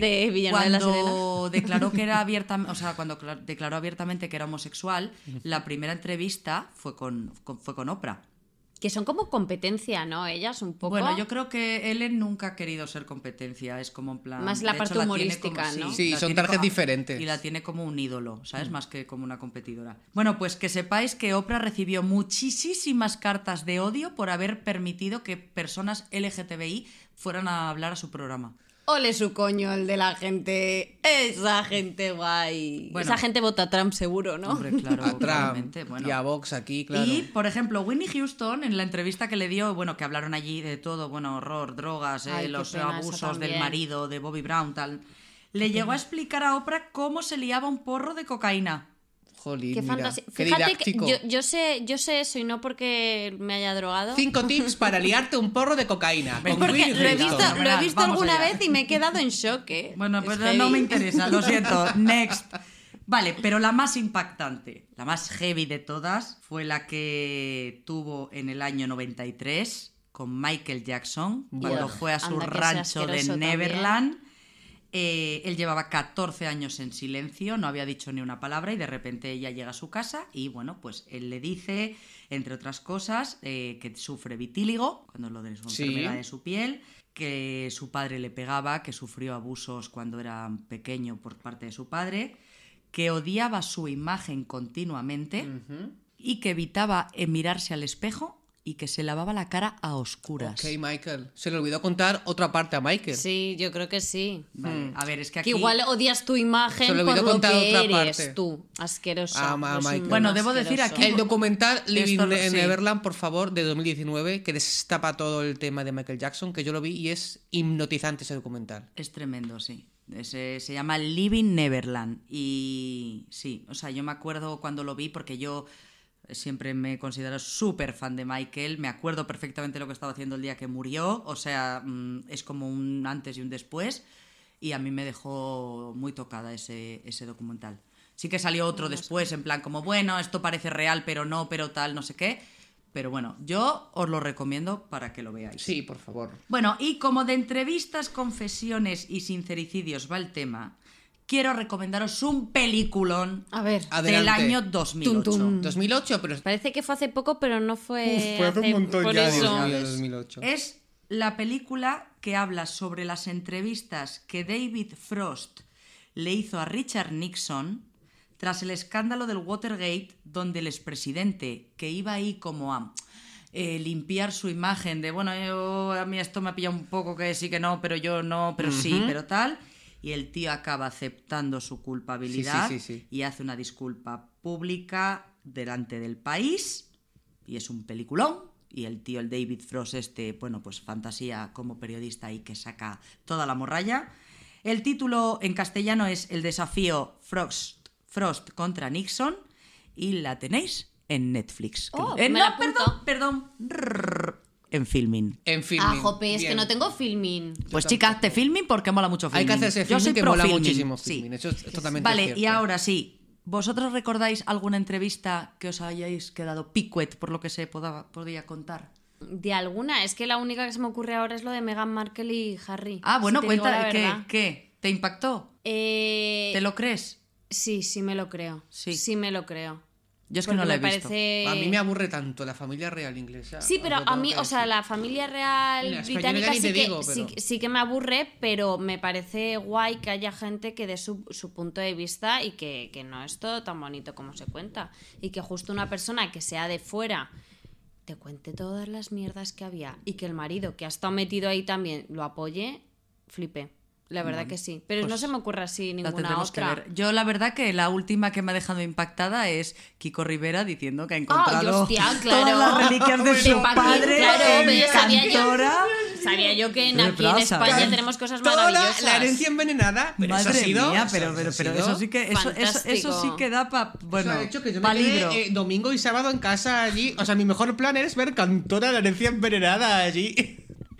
S3: que
S4: de Villanueva de la
S3: cuando [LAUGHS] declaró que era
S4: [LAUGHS]
S3: abiertamente, o sea, cuando cla- declaró abiertamente que era homosexual, la primera entrevista fue con, con- fue con Oprah.
S4: Que son como competencia, ¿no? Ellas un poco.
S3: Bueno, yo creo que Ellen nunca ha querido ser competencia, es como en plan.
S4: Más la
S3: de
S4: parte
S3: hecho, tiene
S4: humorística,
S3: como-
S4: ¿no? Mm.
S5: Sí,
S3: la
S5: son
S3: tiene
S5: targets
S3: como-
S5: diferentes.
S3: Y la tiene como un ídolo, ¿sabes? Más que como una competidora. Bueno, pues que sepáis que Oprah recibió muchísimas cartas de odio por haber permitido que personas LGTBI fueran a hablar a su programa.
S4: Ole su coño, el de la gente. Esa gente guay.
S3: Bueno.
S4: Esa gente vota a Trump seguro, ¿no?
S3: Hombre, claro,
S5: a Trump
S3: claramente, bueno.
S5: y a Vox aquí, claro.
S3: Y, por ejemplo, Winnie Houston, en la entrevista que le dio, bueno, que hablaron allí de todo, bueno, horror, drogas, eh,
S4: Ay, qué
S3: los
S4: pena, eso
S3: abusos del
S4: también.
S3: marido de Bobby Brown, tal, le llegó a explicar a Oprah cómo se liaba un porro de cocaína.
S5: Jolín,
S4: [LAUGHS] Qué
S5: mira,
S4: fantasía.
S5: qué
S4: Fíjate que
S5: didáctico.
S4: yo, yo sé, yo sé eso y no porque me haya drogado.
S5: Cinco tips para liarte un porro de cocaína.
S3: Ven,
S5: Con
S3: porque
S5: Winnie
S4: Lo he
S5: Houston.
S4: visto,
S3: Fenomenal,
S4: lo he visto
S3: vamos
S4: alguna
S3: allá.
S4: vez y me he quedado en shock, ¿eh?
S3: Bueno,
S4: Es
S3: pues
S4: heavy.
S3: no me interesa, lo siento. Next. Vale, pero la más impactante, la más heavy de todas, fue la que tuvo en el año 93 con Michael Jackson, cuando
S4: Ugh,
S3: fue a su
S4: anda que sea
S3: rancho de
S4: asqueroso
S3: Neverland. Eh, él llevaba 14 años en silencio, no había dicho ni una palabra y de repente ella llega a su casa y bueno, pues él le dice, entre otras cosas, eh, que sufre vitíligo, cuando lo de su
S5: Sí.
S3: enfermedad de su piel, que su padre le pegaba, que sufrió abusos cuando era pequeño por parte de su padre, que odiaba su imagen continuamente y que evitaba eh, mirarse al espejo y que se lavaba la cara a oscuras.
S5: Ok, Michael. Se le olvidó contar otra parte a Michael.
S4: [LAUGHS] Sí, yo creo que sí.
S5: Hmm.
S3: Vale, a ver, es que
S4: Que
S3: aquí...
S4: igual odias tu
S5: Se
S4: imagen
S5: lo
S4: por
S5: olvidó
S4: lo
S5: contar
S4: que
S5: otra
S4: eres
S5: parte.
S4: tú, asqueroso.
S5: Ah,
S4: Es
S5: ma-
S4: un
S5: Michael.
S3: Bueno, debo
S4: asqueroso.
S3: decir aquí-
S5: El documental Living
S3: Esto lo-
S5: in
S3: sí.
S5: Neverland, por favor, de 2019, que destapa todo el tema de Michael Jackson, que yo lo vi y es hipnotizante ese documental.
S3: Es tremendo, sí. Ese- se llama Living Neverland. Y sí, o sea, yo me acuerdo cuando lo vi porque yo siempre me considero súper fan de Michael. Me acuerdo perfectamente lo que estaba haciendo el día que murió. O sea, mm, es como un antes y un después. Y a mí me dejó muy tocada ese, ese documental. Sí que salió otro después, en plan como, bueno, esto parece real, pero no, pero tal, no sé qué. Pero bueno, yo os lo recomiendo para que lo veáis.
S5: Sí, por favor.
S3: Bueno, y como de entrevistas, confesiones y sincericidios va el tema, quiero recomendaros un peliculón
S4: A ver.
S5: Adelante.
S3: del año 2008.
S4: Tum, tum.
S5: 2008, pero...
S4: Parece que fue hace poco, pero no fue.
S5: Uf, fue hace un montón
S4: Eh, por
S5: ya, Dios
S4: eso.
S5: mío, 2008.
S3: Es la película que habla sobre las entrevistas que David Frost le hizo a Richard Nixon tras el escándalo del Watergate, donde el expresidente, que iba ahí como a eh, limpiar su imagen de, bueno, yo- a mí esto me ha pillado un poco que sí, que no, pero yo no, pero sí, pero tal, y el tío acaba aceptando su culpabilidad
S5: sí, sí.
S3: y hace una disculpa pública delante del país y es un peliculón. Y el tío, el David Frost, este, bueno, pues fantasía como periodista y que saca toda la morralla. El título en castellano es El desafío Frost, Frost contra Nixon y la tenéis en Netflix.
S4: Oh,
S3: Eh, no,
S4: me la apunto.
S3: perdón, perdón. Rrrr, en filming.
S5: En fin.
S4: Ah, jope, es que
S5: bien.
S4: no tengo filming.
S3: Pues chicas, te filming porque mola mucho filming.
S5: Hay que hacerse
S3: Yo soy
S5: filming que
S3: pro
S5: mola
S3: filming,
S5: muchísimo
S3: sí.
S5: filming. Eso es totalmente
S3: Vale,
S5: cierto.
S3: y ahora sí. ¿Vosotros recordáis alguna entrevista que os hayáis quedado picuet por lo que se podaba- podía contar?
S4: De alguna, es que la única que se me ocurre ahora es lo de Meghan Markle y Harry.
S3: Ah, bueno,
S4: si te digo
S3: cuenta,
S4: la
S3: ¿qué,
S4: verdad.
S3: ¿qué? ¿Te impactó?
S4: Eh,
S3: ¿Te lo crees?
S4: Sí, sí me lo creo.
S3: Sí.
S4: Sí, me lo creo.
S3: Yo es que
S4: Porque
S3: no la he
S4: me
S3: visto.
S4: parece...
S3: eh,
S5: A mí me aburre tanto la familia real inglesa.
S4: Sí, pero
S5: os lo
S4: a mí,
S5: tengo que
S4: o sea,
S5: decir.
S4: la familia real
S5: La española
S4: británica
S5: ni
S4: sí
S5: te
S4: que,
S5: digo,
S4: sí-
S5: pero-
S4: sí que me aburre, pero me parece guay que haya gente que dé su, su punto de vista y que, que no es todo tan bonito como se cuenta. Y que justo una persona que sea de fuera te cuente todas las mierdas que había y que el marido que ha estado metido ahí también lo apoye, flipe. La verdad que sí. Pero
S5: Pues
S4: no se me ocurre así
S3: La
S4: ninguna
S3: tendremos que
S4: otra.
S3: ver. Yo la verdad que la última que me ha dejado impactada es Kiko Rivera diciendo que ha
S4: Ah,
S3: encontrado
S4: hostia, claro.
S3: todas las reliquias de su
S4: Paquín,
S3: padre
S4: claro,
S3: en
S4: hombre, sabía yo.
S3: Cantora.
S4: Sabía yo que en,
S3: Qué
S4: aquí en
S3: plaza,
S4: España
S3: ¿eh?
S4: tenemos cosas
S5: Toda
S4: maravillosas.
S5: la herencia envenenada. Pero eso
S3: Madre
S5: ha sido,
S3: mía,
S5: eso-
S3: pero, pero,
S5: ha
S3: pero
S5: sido-
S3: eso sí que eso, eso, eso sí
S4: Fantástico.
S3: que da para bueno,
S5: Eso ha hecho que yo me
S3: peligro.
S5: quedé, eh, domingo y sábado en casa allí. O sea, mi mejor plan es ver Cantora la herencia envenenada allí.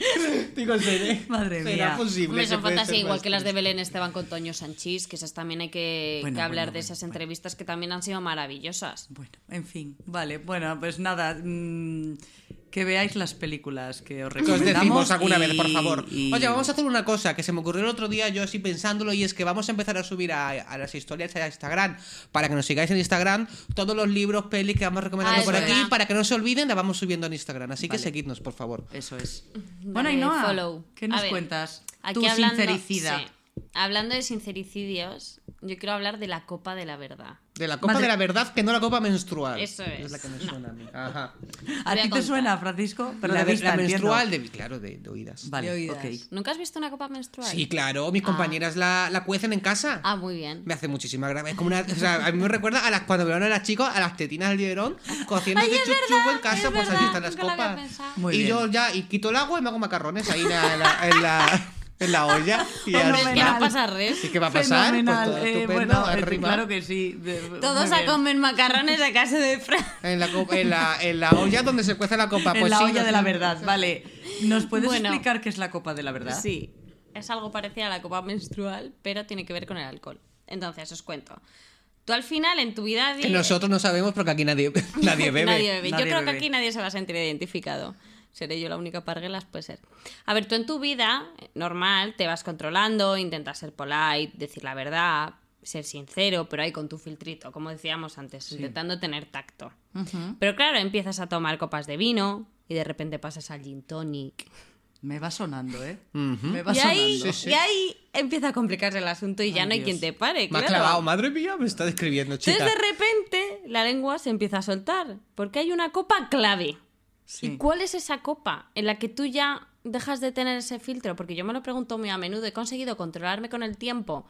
S5: [LAUGHS] Digo, ¿seré?
S3: Madre
S5: ¿será
S3: mía.
S5: posible?
S4: Hombre,
S5: Se
S4: son
S5: puede
S4: fantasía
S5: ser
S4: igual
S5: más
S4: que las de
S5: triste.
S4: Belén Esteban con Toño Sanchís, que esas también hay que,
S3: Bueno,
S4: que hablar
S3: bueno,
S4: de
S3: bueno,
S4: esas
S3: bueno.
S4: entrevistas que también han sido maravillosas.
S3: Bueno, en fin, vale, bueno, pues nada, mm, que veáis las películas que os
S5: Que os
S3: recomendamos.
S5: decimos alguna
S3: y-
S5: vez, por favor.
S3: y-
S5: Oye, vamos a hacer una cosa que se me ocurrió el otro día, yo así pensándolo, y es que vamos a empezar a subir a, a las historias a Instagram, para que nos sigáis en Instagram, todos los libros, pelis que vamos recomendando
S4: Ah, es
S5: por aquí,
S4: verdad.
S5: para que no se olviden, la vamos subiendo en Instagram. Así
S3: Vale.
S5: que seguidnos, por favor.
S3: Eso es. Bueno,
S4: Dale,
S3: Ainhoa,
S4: follow.
S3: ¿qué
S4: A
S3: nos
S4: ver,
S3: cuentas?
S4: Aquí
S3: Tu
S4: hablando,
S3: sincericida.
S4: sí. hablando de sincericidios, yo quiero hablar de la Copa de la Verdad.
S5: De la copa
S3: Madre-
S5: de la verdad, que no la copa menstrual.
S4: Eso es.
S5: la que me suena a mí. Ajá.
S3: ¿A
S4: Voy a
S3: ti te
S4: contar.
S3: suena, Francisco? Pero
S5: la,
S3: la,
S5: de-
S3: vista,
S5: la
S3: entiendo.
S5: menstrual, de, claro, de, de oídas.
S3: Vale, Ah. ok.
S4: ¿Nunca has visto una Copa menstrual?
S5: Sí, claro, mis compañeras la, la cuecen en casa.
S4: Ah, muy bien.
S5: Me hace muchísima gracia. Es como una. O sea, a mí me recuerda a las cuando vieron a las chicas, a las tetinas del biberón, cociendo
S4: Ay,
S5: de
S4: es
S5: chuchubo en
S4: verdad,
S5: casa,
S4: es
S5: pues
S4: verdad,
S5: allí están las
S4: nunca lo había
S5: copas.
S4: pensado.
S3: Muy
S5: y
S3: bien.
S5: yo ya, y quito el agua y me hago macarrones ahí en la, en la, en la, en la olla. Y ya
S4: Hombre, es que
S5: está.
S4: no pasa res.
S5: ¿Y qué va a pasar? Pues
S3: Fenomenal.
S5: todo
S3: eh,
S5: estupendo,
S3: bueno, eh,
S5: arriba.
S3: claro que sí. de- muy
S4: Todos a
S3: bien.
S4: comer macarrones a casa de Fran.
S5: en, la, co- en, la, en la olla donde se cuece la copa. Pues
S3: en la
S5: sí,
S3: olla
S5: no
S3: de la
S5: sé.
S3: verdad, vale. ¿Nos puedes
S4: Bueno.
S3: explicar qué es la copa de la verdad?
S4: Sí, [LAUGHS] es algo parecido a la copa menstrual, pero tiene que ver con el alcohol. Entonces, os cuento. Tú al final en tu vida...
S5: Que nosotros no sabemos porque aquí nadie, [LAUGHS] nadie bebe.
S4: Nadie bebe.
S3: Nadie
S4: yo creo
S3: bebe.
S4: que aquí nadie se va a sentir identificado. Seré yo la única parguelas, puede ser. A ver, tú en tu vida eh, normal te vas controlando, intentas ser polite, decir la verdad, ser sincero, pero ahí con tu filtrito, como decíamos antes, intentando tener tacto. Pero claro, empiezas a tomar copas de vino y de repente pasas al gin tonic.
S3: Me va sonando, ¿eh? Me va
S4: Y ahí,
S3: sonando.
S4: y ahí empieza a complicarse el asunto y ya
S3: Ay,
S4: no hay
S3: Dios.
S4: quien te pare.
S5: Me ha
S4: claro.
S5: clavado, madre mía, me está describiendo, chica.
S4: Entonces de repente la lengua se empieza a soltar, porque hay una copa clave.
S3: Sí.
S4: ¿Y cuál es esa copa en la que tú ya dejas de tener ese filtro? Porque yo me lo pregunto muy a menudo, he conseguido controlarme con el tiempo.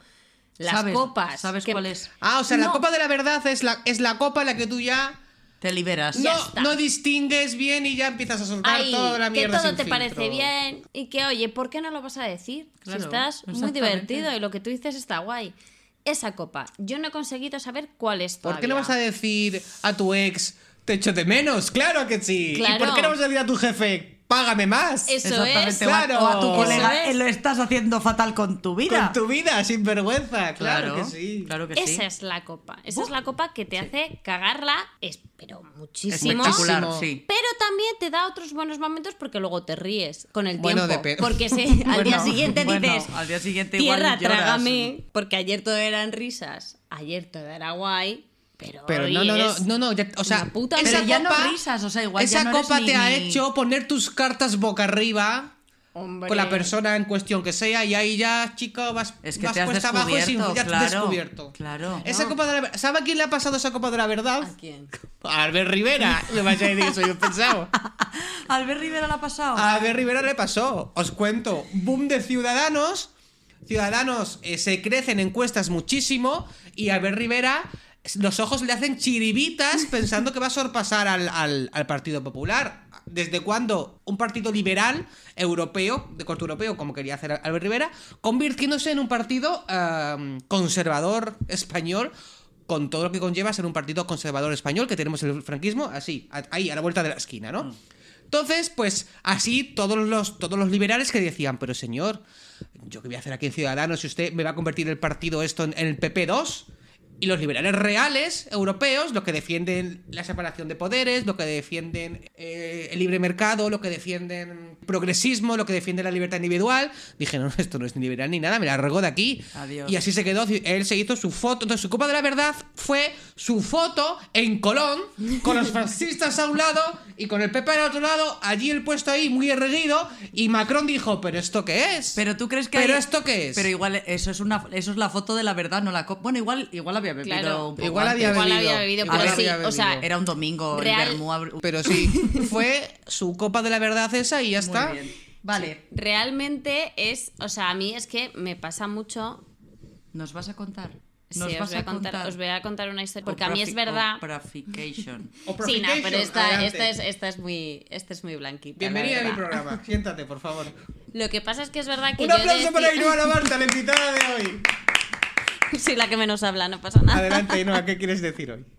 S4: Las
S3: ¿Sabes-
S4: copas.
S3: ¿Sabes
S4: que-
S3: cuál es?
S5: Ah, o sea, la
S4: No.
S5: copa de la verdad es la, es la copa en la que tú ya
S3: Te liberas.
S4: Ya
S5: no,
S4: está.
S5: no distingues bien y ya empiezas a soltar
S4: Ay,
S5: toda la
S4: que
S5: mierda.
S4: todo
S5: sin
S4: te
S5: filtro.
S4: parece bien y que, oye, ¿por qué no lo vas a decir?
S3: Claro,
S4: si estás muy
S3: exactamente.
S4: divertido y lo que tú dices está guay. Esa copa, yo no he conseguido saber cuál es
S5: ¿Por qué no
S4: todavía.
S5: vas a decir a tu ex, te echo de menos? Claro que sí. ¿Y
S4: Claro.
S5: por qué no vas a decir a tu jefe, págame más.
S4: Eso es.
S5: Exactamente, o a-
S4: Claro.
S5: o a tu
S4: Eso
S5: colega,
S4: Pues es.
S5: eh,
S2: Lo estás haciendo fatal con tu vida.
S5: Con tu vida, sin vergüenza. Claro,
S3: Claro,
S5: que sí.
S3: Claro que sí. Uh.
S4: Esa es la copa. Esa es la copa que te hace cagarla, es- pero muchísimo.
S3: Espectacular,
S5: Muchísimo.
S3: sí.
S4: Pero también te da otros buenos momentos porque luego te ríes con el
S5: Bueno,
S4: tiempo.
S5: depende.
S4: Porque
S5: [LAUGHS]
S4: si al día
S3: Bueno,
S4: siguiente
S3: bueno,
S4: dices,
S3: al día siguiente igual
S4: tierra,
S3: lloras".
S4: trágame, porque ayer todo eran risas, ayer todo era guay, pero,
S5: Pero
S4: hoy
S5: no, no, no,
S4: es
S5: no, no, ya- o sea,
S4: una puta
S5: esa
S3: Pero ya no
S5: copa-
S3: risas, o sea, igual
S5: esa
S3: ya no eres
S5: copa
S3: ni-
S5: te ha
S3: ni-
S5: hecho poner tus cartas boca arriba
S4: Hombre.
S5: con la persona en cuestión que sea y ahí ya, chico, vas,
S3: Es que
S5: vas
S3: te has
S5: cuesta abajo y sin,
S3: descubierto,
S5: ya te has
S3: claro,
S5: descubierto.
S3: claro.
S5: Esa copa de la ver- ¿Sabe a quién le ha pasado esa copa de la verdad?
S4: ¿A quién?
S5: A
S3: [LAUGHS]
S5: Albert Rivera. Me vais a decir que soy un pesado.
S2: Albert Rivera la ha pasado.
S5: A Albert Rivera le pasó. Os cuento. Boom de ciudadanos. Ciudadanos eh, se crecen encuestas muchísimo. Y a Albert Rivera. Los ojos le hacen chiribitas pensando que va a sorpasar al, al- al Partido Popular. ¿Desde cuándo un partido liberal europeo, de corte europeo, como quería hacer Albert Rivera, convirtiéndose en un partido ah, conservador español, con todo lo que conlleva ser un partido conservador español, que tenemos el franquismo así, a- ahí, a la vuelta de la esquina, ¿no? Entonces, pues así todos los, todos los liberales que decían, pero señor, yo qué voy a hacer aquí en Ciudadanos si usted me va a convertir el partido esto en, en el PP2. Y los liberales reales, europeos, los que defienden la separación de poderes, los que defienden eh, el libre mercado, los que defienden progresismo, los que defienden la libertad individual, dijeron, esto no es ni liberal ni nada, me largo de aquí.
S3: Adiós.
S5: Y así se quedó, él se hizo su foto. Entonces, su copa de la verdad fue su foto en Colón, con los fascistas a un lado y con el PP al otro lado, allí el puesto ahí muy erguido. Y Macron dijo, ¿pero esto qué es?
S3: Pero tú crees que
S5: ¿Pero
S3: hay-
S5: esto qué es?
S3: Pero igual eso es una eso es la foto de la verdad, no la copa. Bueno, igual igual había bebido
S4: Claro.
S3: un poco
S5: Igual
S3: antes.
S5: había
S4: Igual
S5: bebido.
S4: había bebido,
S5: Igual
S4: pero sí,
S5: había
S4: o sea,
S5: bebido.
S3: Era un domingo el
S4: Real-
S3: vermú abr-
S5: Pero sí, fue su copa de la verdad esa y ya
S3: Muy
S5: está.
S3: bien. Vale,
S4: Realmente es, o sea, a mí es que me pasa mucho
S3: nos vas a contar.
S4: Sí,
S3: Nos
S4: os
S3: vas
S4: voy a contar, os voy a contar una historia porque a mí es
S3: Oprafi-
S4: verdad.
S3: oprafication.
S5: O
S4: Sí, no,
S5: profitation,
S4: pero esta, esta
S5: adelante.
S4: es, esta es muy, esta es muy blanquita. la
S5: Bienvenida a mi
S4: verdad.
S5: programa. Siéntate,
S4: [LAUGHS]
S5: por favor.
S4: Lo que pasa es que es verdad que
S5: Un
S4: yo
S5: aplauso
S4: decí-
S5: para
S4: [LAUGHS]
S5: Ainhoa Marta, la invitada de hoy.
S4: Soy la que menos habla, no pasa nada.
S5: Adelante, Ainhoa, ¿qué quieres decir hoy?
S4: [LAUGHS]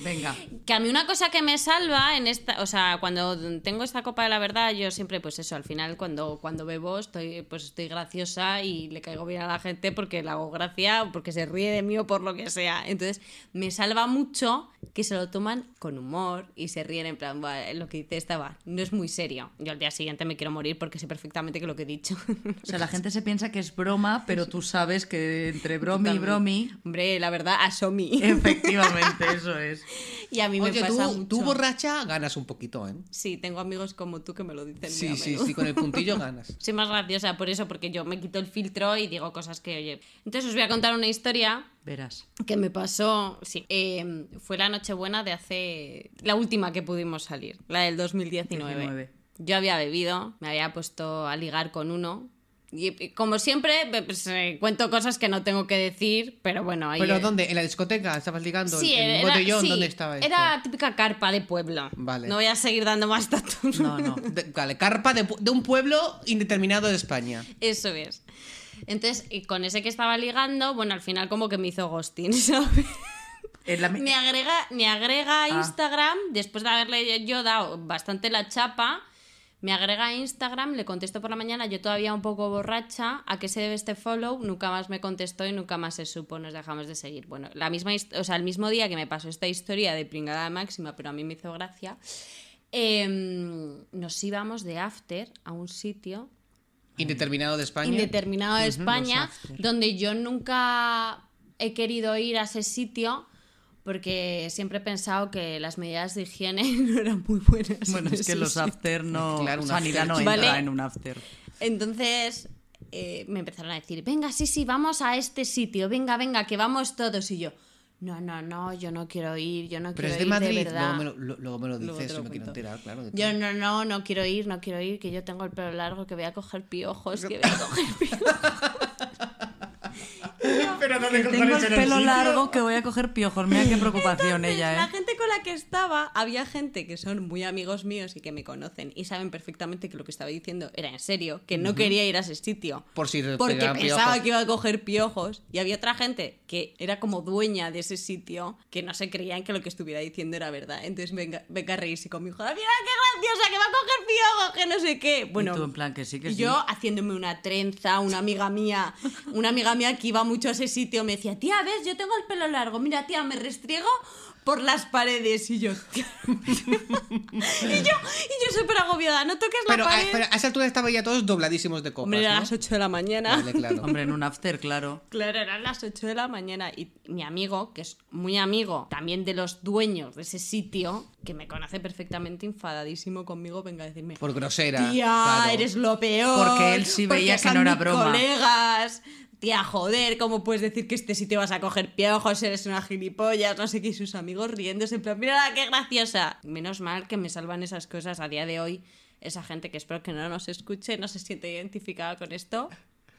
S3: Venga.
S4: Que a mí una cosa que me salva en esta, o sea, cuando tengo esta copa de la verdad, yo siempre, pues eso, al final cuando, cuando bebo estoy, pues estoy graciosa y le caigo bien a la gente porque le hago gracia o porque se ríe de mí o por lo que sea. Entonces me salva mucho que se lo toman con humor y se ríen en plan, "Buah, lo que dice estaba, no es muy serio. Yo al día siguiente me quiero morir porque sé perfectamente que lo que he dicho. [LAUGHS]
S3: O sea, la gente se piensa que es broma, pero tú sabes que entre bromi y bromi
S4: [LAUGHS] Hombre, la verdad, asomi.
S3: efectivamente eso es.
S4: [LAUGHS] Y a mí me
S5: Oye,
S4: pasa
S5: tú,
S4: mucho.
S5: tú borracha ganas un poquito, ¿eh?
S4: Sí, tengo amigos como tú que me lo dicen. muy
S5: Sí,
S4: a
S5: sí,
S4: menudo.
S5: sí, con el puntillo ganas.
S4: Soy más graciosa por eso, porque yo me quito el filtro y digo cosas que, oye. Entonces os voy a contar una historia
S3: Verás.
S4: que me pasó. Sí, eh, fue la Nochebuena de hace. La última que pudimos salir, la del 2019.
S3: 19.
S4: Yo había bebido, me había puesto a ligar con uno. Y y como siempre, pues, eh, cuento cosas que no tengo que decir, pero bueno, ahí.
S5: ¿Pero
S4: eh,
S5: dónde? ¿En la discoteca? ¿Estabas ligando?
S4: Sí,
S5: ¿En el
S4: era,
S5: botellón?
S4: sí,
S5: ¿Dónde estaba esto?
S4: Era típica carpa de pueblo.
S5: Vale.
S4: No voy a seguir dando más datos.
S3: No, no.
S5: De- vale, carpa de, pu- de un pueblo indeterminado de España.
S4: Eso es. Entonces, y con ese que estaba ligando, bueno, al final como que me hizo ghosting, [LAUGHS] ¿sabes?
S3: En la-
S4: Me agrega, me agrega a
S3: Ah.
S4: Instagram, después de haberle yo dado bastante la chapa, me agrega a Instagram, le contesto por la mañana, yo todavía un poco borracha, ¿a qué se debe este follow? Nunca más me contestó y nunca más se supo, nos dejamos de seguir. Bueno, la misma, his- o sea, el mismo día que me pasó esta historia de pringada máxima, pero a mí me hizo gracia, em, nos íbamos de after a un sitio
S5: Indeterminado de España.
S4: indeterminado de España, donde yo nunca he querido ir a ese sitio porque siempre he pensado que las medidas de higiene [LAUGHS] no eran muy buenas.
S3: [LAUGHS] Bueno,
S4: en
S3: es que
S4: ese
S3: los
S4: sitio.
S3: after no.
S5: Claro, un
S3: Sanidad
S5: after.
S3: no entra
S4: Vale.
S3: en un after.
S4: Entonces eh, me empezaron a decir, venga, sí, sí, vamos a este sitio, venga, venga, que vamos todos. Y yo, no, no, no, yo no quiero ir, yo no
S5: Pero
S4: quiero
S5: es de
S4: ir
S5: Madrid.
S4: verdad.
S5: luego, me lo, lo- luego me lo
S4: Luego
S5: dices,
S4: te
S5: yo
S4: lo
S5: me quiero
S4: cuento.
S5: enterar, claro. de
S4: Yo
S5: todo.
S4: no, no, no quiero ir, no quiero ir, que yo tengo el pelo largo, que voy a coger piojos, que voy a coger
S5: Pero no
S3: Tengo el pelo largo que voy a coger piojos. Mira qué preocupación
S4: Entonces,
S3: ella,
S4: La
S3: ¿eh?
S4: gente con la que estaba había gente que son muy amigos míos y que me conocen y saben perfectamente que lo que estaba diciendo era en serio, que no quería ir a ese sitio.
S5: Por si
S4: porque
S5: pegaban
S4: pensaba
S5: piojos.
S4: que iba a coger piojos. Y había otra gente que era como dueña de ese sitio que no se creían que lo que estuviera diciendo era verdad. Entonces venga, venga a reírse conmigo. ¡Mira qué graciosa! ¡Que va a coger piojos! ¡Que no sé qué! Bueno,
S3: Y tú en plan que sí, que
S4: y
S3: sí.
S4: yo haciéndome una trenza, una amiga mía, una amiga mía que iba mucho a ese sitio me decía, tía, ves, yo tengo el pelo largo, mira, tía, me restriego por las paredes y yo, tía.
S5: [LAUGHS]
S4: y yo, y yo súper agobiada, no toques la
S5: Pero a,
S4: pared.
S5: pero a esa altura estaban ya todos dobladísimos de copas.
S4: Hombre, era a
S5: ¿no?
S4: las 8 de la mañana.
S5: Vale, claro.
S3: Hombre, en un after, claro.
S4: [LAUGHS] Claro, eran las 8 de la mañana y mi amigo, que es muy amigo también de los dueños de ese sitio, que me conoce perfectamente enfadadísimo conmigo, venga a decirme,
S5: Por
S4: [LAUGHS]
S5: grosera.
S4: Tía,
S5: claro.
S4: eres lo peor.
S3: Porque él sí
S4: porque
S3: veía que
S4: son
S3: no era
S4: mis
S3: broma.
S4: colegas. Tía, joder, ¿cómo puedes decir que este sitio vas a coger piojos? Eres una gilipollas, no sé qué. Y sus amigos riéndose en plan, mira qué graciosa. Menos mal que me salvan esas cosas a día de hoy. Esa gente que espero que no nos escuche, no se siente identificada con esto.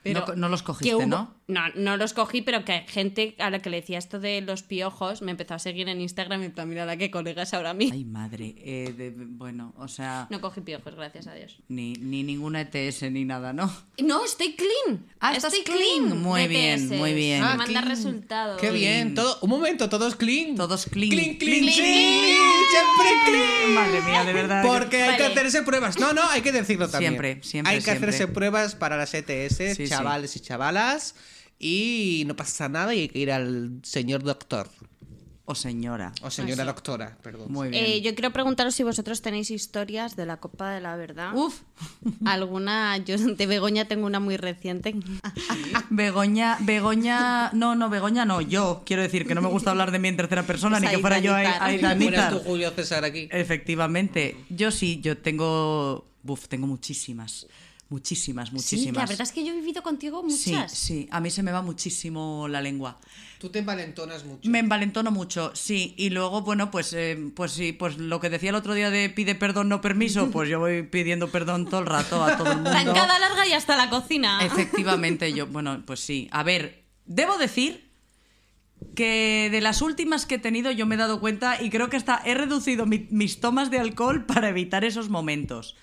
S4: Pero
S3: No- no los
S4: que
S3: cogiste,
S4: hubo-
S3: ¿no?
S4: No, no los cogí, pero que gente a la que le decía esto de los piojos me empezó a seguir en Instagram y en plan, mira la que colegas ahora mismo.
S3: Ay, madre. eh, de- bueno, o sea,
S4: No cogí piojos, gracias a Dios.
S3: ni, ni ninguna ETS ni nada, ¿no?
S4: No, estoy clean.
S3: Ah, estás
S4: estoy
S3: clean. Muy bien,
S4: BTS.
S3: muy bien.
S5: Ah,
S4: Me manda
S5: clean.
S4: resultados.
S5: Qué bien. Todo, un momento, todos clean.
S3: Todos clean.
S5: Clean, clean,
S4: Clean,
S5: clean,
S4: clean.
S5: clean, Siempre clean.
S3: Madre mía, de verdad.
S5: Porque hay que
S4: Vale.
S5: hacerse pruebas. No, no, hay que decirlo también.
S3: Siempre, siempre,
S5: Hay que
S3: siempre.
S5: hacerse pruebas para las ETS,
S3: Sí,
S5: chavales y chavalas. Y no pasa nada y hay que ir al señor doctor.
S3: O Oh, señora.
S5: O señora doctora, perdón.
S3: Muy bien.
S4: Eh, yo quiero preguntaros si vosotros tenéis historias de la Copa de la Verdad.
S3: Uf.
S4: [LAUGHS] Alguna, yo de Begoña tengo una muy [LAUGHS] reciente.
S3: Ah, Begoña, Begoña, no, no, Begoña no, yo quiero decir que no me gusta hablar de mí en tercera persona,
S4: Es
S3: ni que fuera yo a
S4: Aidanizar.
S5: Fueras
S3: Aidanizar.
S5: tú, Julio César,
S3: Eh,
S5: aquí.
S3: Efectivamente, yo sí, yo tengo, buf, tengo muchísimas, muchísimas,
S4: Sí, la
S3: muchísimas.
S4: verdad es que yo he vivido contigo
S3: sí,
S4: muchas.
S3: sí, a mí se me va muchísimo la lengua.
S5: Tú te envalentonas mucho.
S3: Me envalentono mucho, sí. Y luego, bueno, pues, eh, pues sí, pues lo que decía el otro día de pide perdón, no permiso, pues yo voy pidiendo perdón todo el rato a
S4: [LAUGHS]
S3: todo el mundo.
S4: Zancada larga y hasta la
S5: Ah.
S4: cocina.
S3: Efectivamente, yo, bueno, pues sí. A ver, debo decir que de las últimas que he tenido yo me he dado cuenta y creo que hasta he reducido mi- mis tomas de alcohol para evitar esos momentos.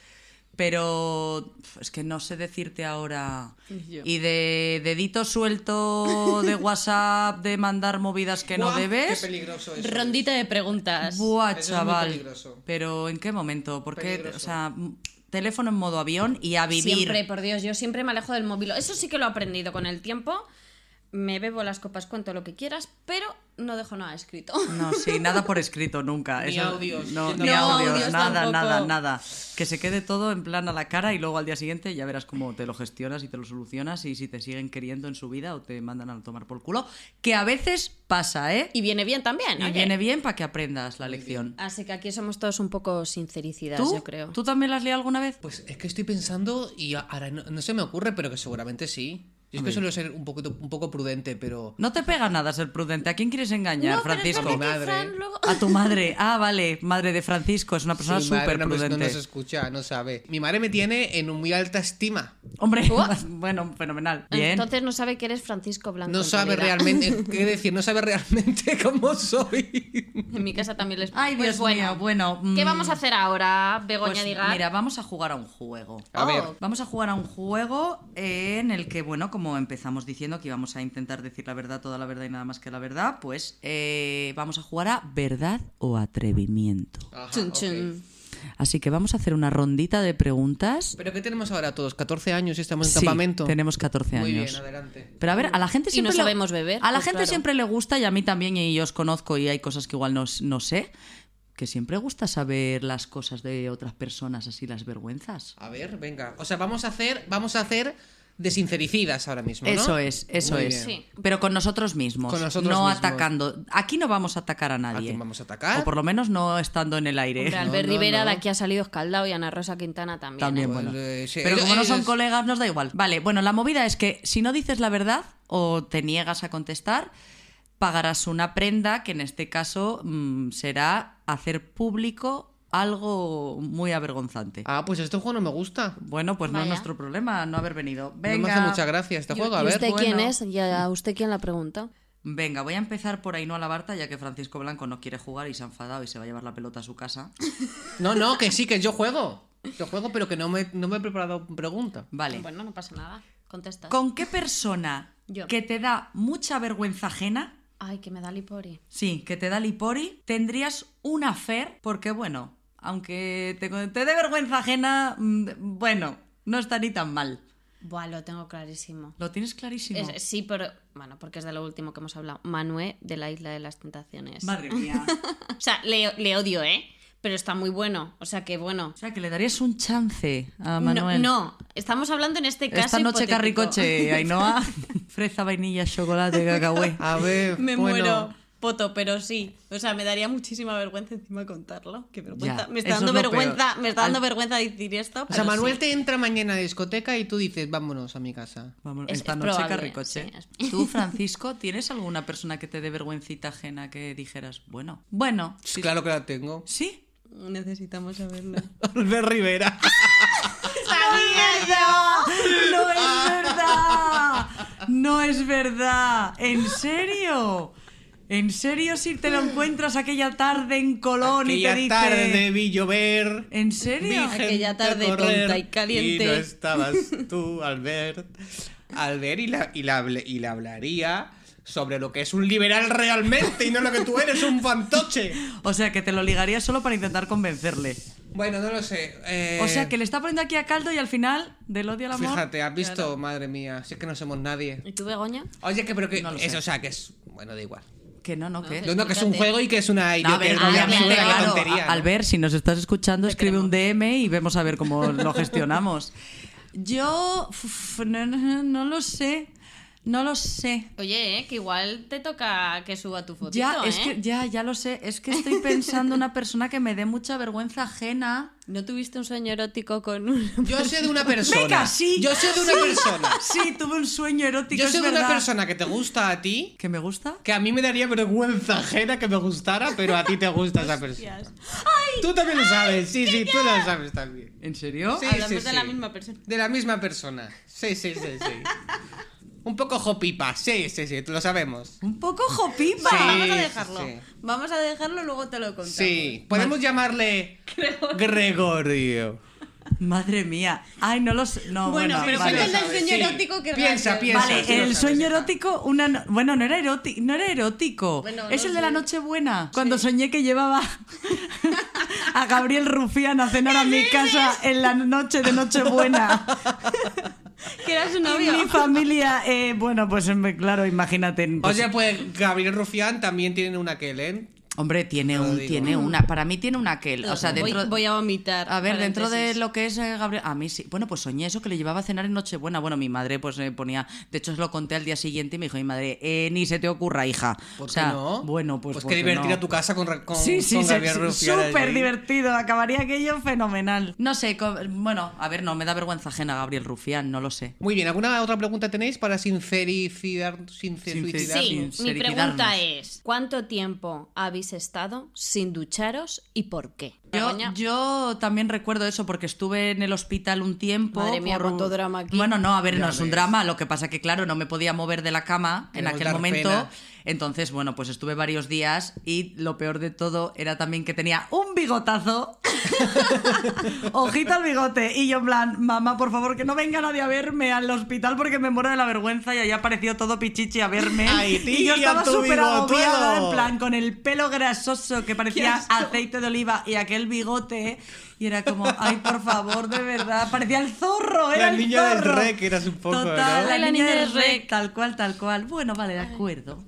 S3: Pero pf, es que no sé decirte ahora. Y de dedito suelto de WhatsApp, de mandar movidas que no
S5: Buah,
S3: debes.
S5: Qué peligroso eso.
S4: Rondita de preguntas.
S3: Buah,
S5: Eso es muy
S3: chaval.
S5: peligroso.
S3: Pero ¿en qué momento? Porque,
S5: Peligroso.
S3: o sea, m- teléfono en modo avión y a vivir.
S4: Siempre, por Dios, yo siempre me alejo del móvil. Eso sí que lo he aprendido con el tiempo. Me bebo las copas, cuento lo que quieras, pero no dejo nada escrito.
S3: No, sí, nada por escrito nunca.
S5: Ni
S3: Eso-
S5: audios.
S3: No,
S5: Yo
S3: ni
S4: tampoco.
S3: audios,
S4: Audios
S3: nada,
S4: tampoco.
S3: nada, nada. Que se quede todo en plan a la cara y luego al día siguiente ya verás cómo te lo gestionas y te lo solucionas y si te siguen queriendo en su vida o te mandan a tomar por culo. Que a veces pasa, ¿eh?
S4: [LAUGHS] Y viene bien también.
S3: Y
S4: oye.
S3: viene bien para que aprendas la lección.
S4: Así que aquí somos todos un poco sincericidas,
S3: ¿Tú?
S4: yo creo.
S3: ¿Tú también la has liado alguna vez?
S5: Pues es que estoy pensando y ahora no, no se me ocurre, pero que seguramente sí. Yo es que suelo ser un, poquito, un poco prudente, pero...
S3: No te pega nada ser prudente. ¿A quién quieres engañar,
S4: No, pero es
S3: Francisco?
S4: verdad que
S5: Madre.
S4: Fran luego-
S3: A tu madre. Ah, vale. Madre de Francisco. Es una persona
S5: Sí, madre,
S3: súper
S5: no, me-
S3: prudente.
S5: no nos escucha, no sabe. Mi madre me tiene en muy alta estima.
S3: Hombre, [LAUGHS] bueno, fenomenal. Bien.
S4: Entonces no sabe que eres Francisco Blanco.
S5: No
S4: en
S5: sabe
S4: realidad.
S5: realmente, qué decir, no sabe realmente [LAUGHS] cómo soy.
S4: [LAUGHS] En mi casa también les
S3: Ay,
S4: Pues
S3: Dios mío. Bueno,
S4: ¿Qué
S3: mm,
S4: vamos a hacer ahora, Begoña Oh,
S3: Pues,
S4: Digar?
S3: Mira, vamos a jugar a un juego.
S5: A ver.
S3: Vamos a jugar a un juego en el que, bueno, como empezamos diciendo que íbamos a intentar decir la verdad, toda la verdad y nada más que la verdad, pues eh, vamos a jugar a verdad o atrevimiento.
S5: Ajá,
S4: Chun,
S5: Ah, ok.
S4: chun.
S3: Así que vamos a hacer una rondita de preguntas.
S5: Pero ¿qué tenemos ahora todos? ¿14 años y estamos en
S3: Sí,
S5: campamento?
S3: Tenemos 14
S5: Muy
S3: años.
S5: bien, adelante.
S3: Pero a ver, a la gente
S4: Y
S3: siempre
S4: no
S3: le-
S4: sabemos beber,
S3: A la
S4: pues
S3: gente
S4: claro.
S3: siempre le gusta y a mí también y yo os conozco y hay cosas que igual no, s- no sé, que siempre gusta saber las cosas de otras personas así las vergüenzas.
S5: A ver, venga. O sea, vamos a hacer, vamos a hacer de sincericidas ahora mismo, ¿no?
S3: Eso es, eso
S5: Muy
S3: es.
S5: bien.
S4: Sí.
S3: Pero con nosotros mismos,
S5: Con nosotros
S3: no
S5: mismos.
S3: atacando. Aquí no vamos a atacar a nadie.
S5: quién vamos a atacar?
S3: O por lo menos no estando en el aire.
S4: Hombre, Albert
S5: no,
S4: Rivera
S5: no.
S4: de aquí ha salido escaldado y Ana Rosa Quintana también.
S3: También,
S4: ¿eh?
S5: Pues,
S3: bueno.
S5: eh, sí,
S3: Pero
S5: eh,
S3: como no son
S5: eh,
S3: colegas, nos da igual. Vale, bueno, la movida es que si no dices la verdad o te niegas a contestar, pagarás una prenda que en este caso mm, será hacer público algo muy avergonzante.
S5: Ah, pues este juego no me gusta.
S3: Bueno, pues no es
S4: Vaya.
S3: nuestro problema no haber venido.
S5: No me
S3: Venga.
S5: hace mucha gracia este juego. A
S4: ¿Y
S5: ver,
S4: usted quién
S3: bueno.
S4: es? ¿Y a usted quién la pregunta?
S3: Venga, voy a empezar por Ainhoa Labarta, ya que Francisco Blanco no quiere jugar y se ha enfadado y se va a llevar la pelota a su casa.
S5: No, no, que sí, que yo juego. Yo juego, pero que no me, no me he preparado pregunta.
S3: Vale.
S4: Bueno, no pasa nada. Contesta.
S3: ¿Con qué persona
S4: Yo.
S3: que te da mucha vergüenza ajena,
S4: Ay, que me da lipori.
S3: sí, que te da lipori, tendrías un afer? Porque bueno, aunque te, te dé vergüenza ajena, mm, bueno, no está ni tan mal.
S4: Buah, lo tengo clarísimo.
S3: Lo tienes clarísimo.
S4: Es- sí, pero bueno, porque es de lo último que hemos hablado. Manué de la Isla de las Tentaciones.
S3: Madre mía.
S4: [LAUGHS] O sea, le, le odio, ¿eh? Pero está muy bueno. O sea, que bueno.
S3: O sea, que le darías un chance a
S4: No,
S3: Manuel.
S4: no, estamos hablando en este caso.
S3: Esta noche
S4: hipotético.
S3: carricoche, Ainhoa. Fresa, vainilla, chocolate, eh. cacahué. [LAUGHS]
S5: A
S4: [LAUGHS]
S5: ver,
S4: Me
S5: bueno.
S4: muero. Poto, pero sí. O sea, me daría muchísima vergüenza encima contarlo. Qué vergüenza.
S3: Ya,
S4: me está
S3: eso
S4: dando
S3: es lo
S4: vergüenza,
S3: peor.
S4: me está dando
S3: Al-
S4: vergüenza decir esto.
S5: O sea,
S4: pero
S5: Manuel
S4: sí.
S5: te entra mañana a la discoteca y tú dices, vámonos a mi casa.
S3: Vamos,
S4: Es-
S3: esta
S4: es
S3: noche
S4: probable,
S3: carricoche.
S4: sí, es- [LAUGHS]
S3: ¿Tú, Francisco, tienes alguna persona que te dé vergüencita ajena que dijeras, bueno, bueno, sí,
S5: Claro que la tengo. [LAUGHS]
S3: sí? [LAUGHS]
S4: Necesitamos saberlo.
S5: Albert [LAUGHS] Rivera.
S3: ¡No es verdad! ¡No es verdad! ¿En serio? ¿En serio si te lo encuentras aquella tarde en Colón y
S5: Aquella
S3: te dice...
S5: tarde vi llover.
S3: ¿En
S5: vi
S3: serio?
S5: gente
S4: Aquella tarde
S5: correr,
S4: tonta y caliente.
S5: Y no [LAUGHS] estabas tú, Albert. Albert, y la, y, la, hable- y la hablaría sobre lo que es un liberal realmente y no lo que tú eres, un fantoche.
S3: O sea, que te lo ligaría solo para intentar convencerle.
S5: Bueno, no lo sé. eh,
S3: O sea, que le está poniendo aquí a caldo y al final, del odio al amor...
S5: Fíjate, has visto, madre mía, si es que no somos nadie.
S4: ¿Y tú, Begoña?
S5: Oye, que pero que
S3: No lo
S5: es,
S3: sé.
S5: o sea, que es bueno, da igual.
S3: Que no, no, que...
S5: No, no, que es un juego y que es una
S3: No, a
S5: idiotez,
S3: ver, ah,
S5: una
S4: obviamente,
S5: absurda, qué
S4: claro,
S5: tontería. ¿no?
S3: Al ver, si nos estás escuchando, escribe un DM y vemos a ver [LAUGHS] cómo lo gestionamos. Yo uf, no, no- no lo sé, no lo sé.
S4: Oye, eh, que igual te toca que suba tu fotito,
S3: Ya, es
S4: ¿eh?
S3: que, ya, ya lo sé. Es que estoy pensando una persona que me dé mucha vergüenza
S5: [LAUGHS]
S3: ajena.
S4: ¿No tuviste un sueño erótico con [LAUGHS] un...
S5: Yo sé de una
S3: [LAUGHS]
S5: persona.
S3: Venga, sí,
S5: Yo sé de una persona.
S3: [LAUGHS] Sí, tuve un sueño erótico.
S5: Yo
S3: es
S5: sé de una
S3: verdad.
S5: persona que te gusta a ti,
S3: ¿Que me gusta?
S5: que a mí me daría vergüenza ajena que me gustara, pero a ti te gusta esa persona. Tú también lo sabes, sí, sí, tú lo sabes también.
S3: ¿En serio?
S5: Sí,
S4: Hablamos
S5: sí,
S4: de
S5: sí.
S4: la misma persona.
S5: De la misma persona. Sí, sí,
S3: [LAUGHS]
S5: sí, sí. Un poco jopipa, sí, sí, sí, lo sabemos.
S3: Un poco jopipa.
S5: Sí,
S4: Vamos a
S5: sí,
S4: dejarlo.
S5: sí.
S4: Vamos a dejarlo, luego te lo contamos.
S5: Sí, podemos llamarle Gregorio.
S3: Madre mía. Ay, no lo sé. No, bueno,
S4: Bueno, pero
S3: vale.
S4: cuéntale el sueño
S5: Sí.
S4: erótico que
S5: Piensa,
S4: realmente-
S5: piensa.
S3: Vale,
S5: sí lo
S3: el
S5: sabes,
S3: sueño
S5: ya está.
S3: erótico, una no- bueno, no era erótico, no era erótico.
S4: Bueno,
S3: es
S4: no
S3: el de la
S4: sé.
S3: Nochebuena, cuando soñé que llevaba a Gabriel Rufián a cenar a mi casa en la noche de
S4: [LAUGHS]
S3: Nochebuena.
S4: Que era su
S3: Y
S4: novio.
S3: mi familia, eh, bueno, pues em, claro, imagínate. pues,
S5: Oye, pues Gabriel Rufián también tiene una que ¿eh?
S3: hombre, tiene
S5: Te lo
S3: un,
S5: digo.
S3: tiene una, para mí tiene una aquel, o sea, dentro
S4: voy, voy a vomitar.
S3: A ver, dentro de
S4: paréntesis.
S3: lo que es eh, Gabriel, a mí sí. Bueno, pues soñé eso que le llevaba a cenar en Nochebuena. Bueno, mi madre pues me ponía, de hecho se lo conté al día siguiente y me dijo mi madre, eh, ni se te ocurra, hija.
S5: ¿Por
S3: o
S5: qué
S3: sea,
S5: no?
S3: bueno, pues
S5: Pues
S3: porque
S5: qué divertido
S3: no.
S5: tu casa con, Ra- con,
S3: Sí, sí,
S5: con
S3: sí,
S5: Gabriel
S3: sí,
S5: Rufián
S3: súper
S5: allí.
S3: divertido, acabaría aquello fenomenal. No sé, co- bueno, a ver, no, me da vergüenza ajena Gabriel Rufián, no lo sé.
S5: Muy bien, ¿alguna otra pregunta tenéis para sincericiar, sincericiar?
S3: Sin
S4: Sí, mi
S3: seriquidarnos.
S4: pregunta es: ¿cuánto tiempo habéis estado sin ducharos y por qué?
S3: Yo,
S4: Begoña.
S3: yo también recuerdo eso porque estuve en el hospital un tiempo.
S4: Madre mía, cuánto drama aquí.
S3: Bueno, no, a ver, no es un drama. Lo que pasa que, claro, no me podía mover de la cama en
S5: Queremos
S3: aquel
S5: dar
S3: momento.
S5: pena.
S3: Entonces, bueno, pues estuve varios días y lo peor de todo era también que tenía un bigotazo. [LAUGHS] Ojito al bigote. Y yo, en plan, mamá, por favor, que no venga nadie a verme al hospital porque me muero de la vergüenza. Y ahí apareció todo pichichi a verme.
S5: Ay,
S3: y yo
S5: tía,
S3: estaba
S5: tu
S3: súper agobiada,
S5: bigotudo.
S3: en plan, con el pelo grasoso que parecía aceite de oliva y aquel bigote y era como ay por favor de verdad parecía el zorro era
S5: La
S3: el
S5: niña del
S3: zorro.
S5: rec eras un poco,
S3: total
S5: ¿no?
S3: la,
S4: Ay, la
S3: niña,
S4: niña
S3: del
S4: del
S3: rec,
S4: rec.
S3: tal cual tal cual bueno vale de acuerdo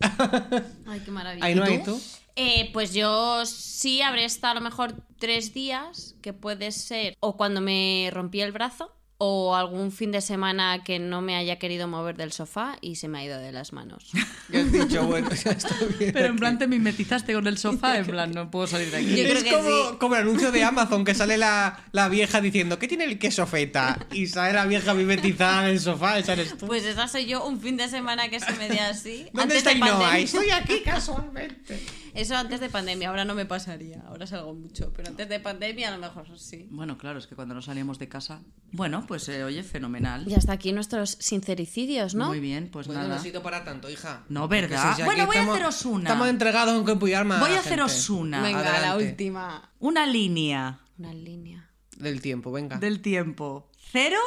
S4: Ay, qué maravilla.
S5: Ahí no hay tú.
S4: Eh, pues yo sí habré estado a lo mejor tres días, que puede ser o cuando me rompí el brazo o algún fin de semana que no me haya querido mover del sofá y se me ha ido de las manos.
S5: Ya has dicho, [LAUGHS] bueno, ya está bien.
S3: pero en [LAUGHS] plan te mimetizaste con el sofá en plan no puedo salir de aquí
S4: Yo creo
S5: es
S4: que
S5: como,
S4: sí.
S5: como el anuncio de Amazon que sale la, la vieja diciendo ¿Qué tiene el queso feta? Y sale la vieja mimetizada en el sofá, esa eres tú.
S4: [LAUGHS] Pues esa soy yo, un fin de semana que se me dé así.
S5: ¿Dónde
S4: antes
S5: está
S4: de
S5: Ainhoa?
S4: pandemia.
S5: Estoy aquí casualmente.
S4: Eso antes de pandemia, ahora no me pasaría, ahora salgo mucho, pero antes de pandemia a lo mejor sí.
S3: Bueno, claro, es que cuando no salíamos de casa. Bueno, pues eh, oye, fenomenal.
S4: Y hasta aquí nuestros sincericidios, ¿no?
S3: Muy bien, pues
S5: Bueno,
S3: nada.
S5: no sido para tanto, hija.
S3: No,
S5: Porque
S3: ¿verdad?
S5: si aquí
S3: Bueno, voy a
S5: estamos-
S3: haceros una.
S5: Estamos entregados en cuerpo y alma.
S3: Voy a
S5: gente.
S3: haceros una.
S4: Venga, la
S5: Adelante.
S4: última.
S3: Una línea
S4: Una línea.
S5: Del tiempo, venga.
S3: del tiempo. ¿Cero?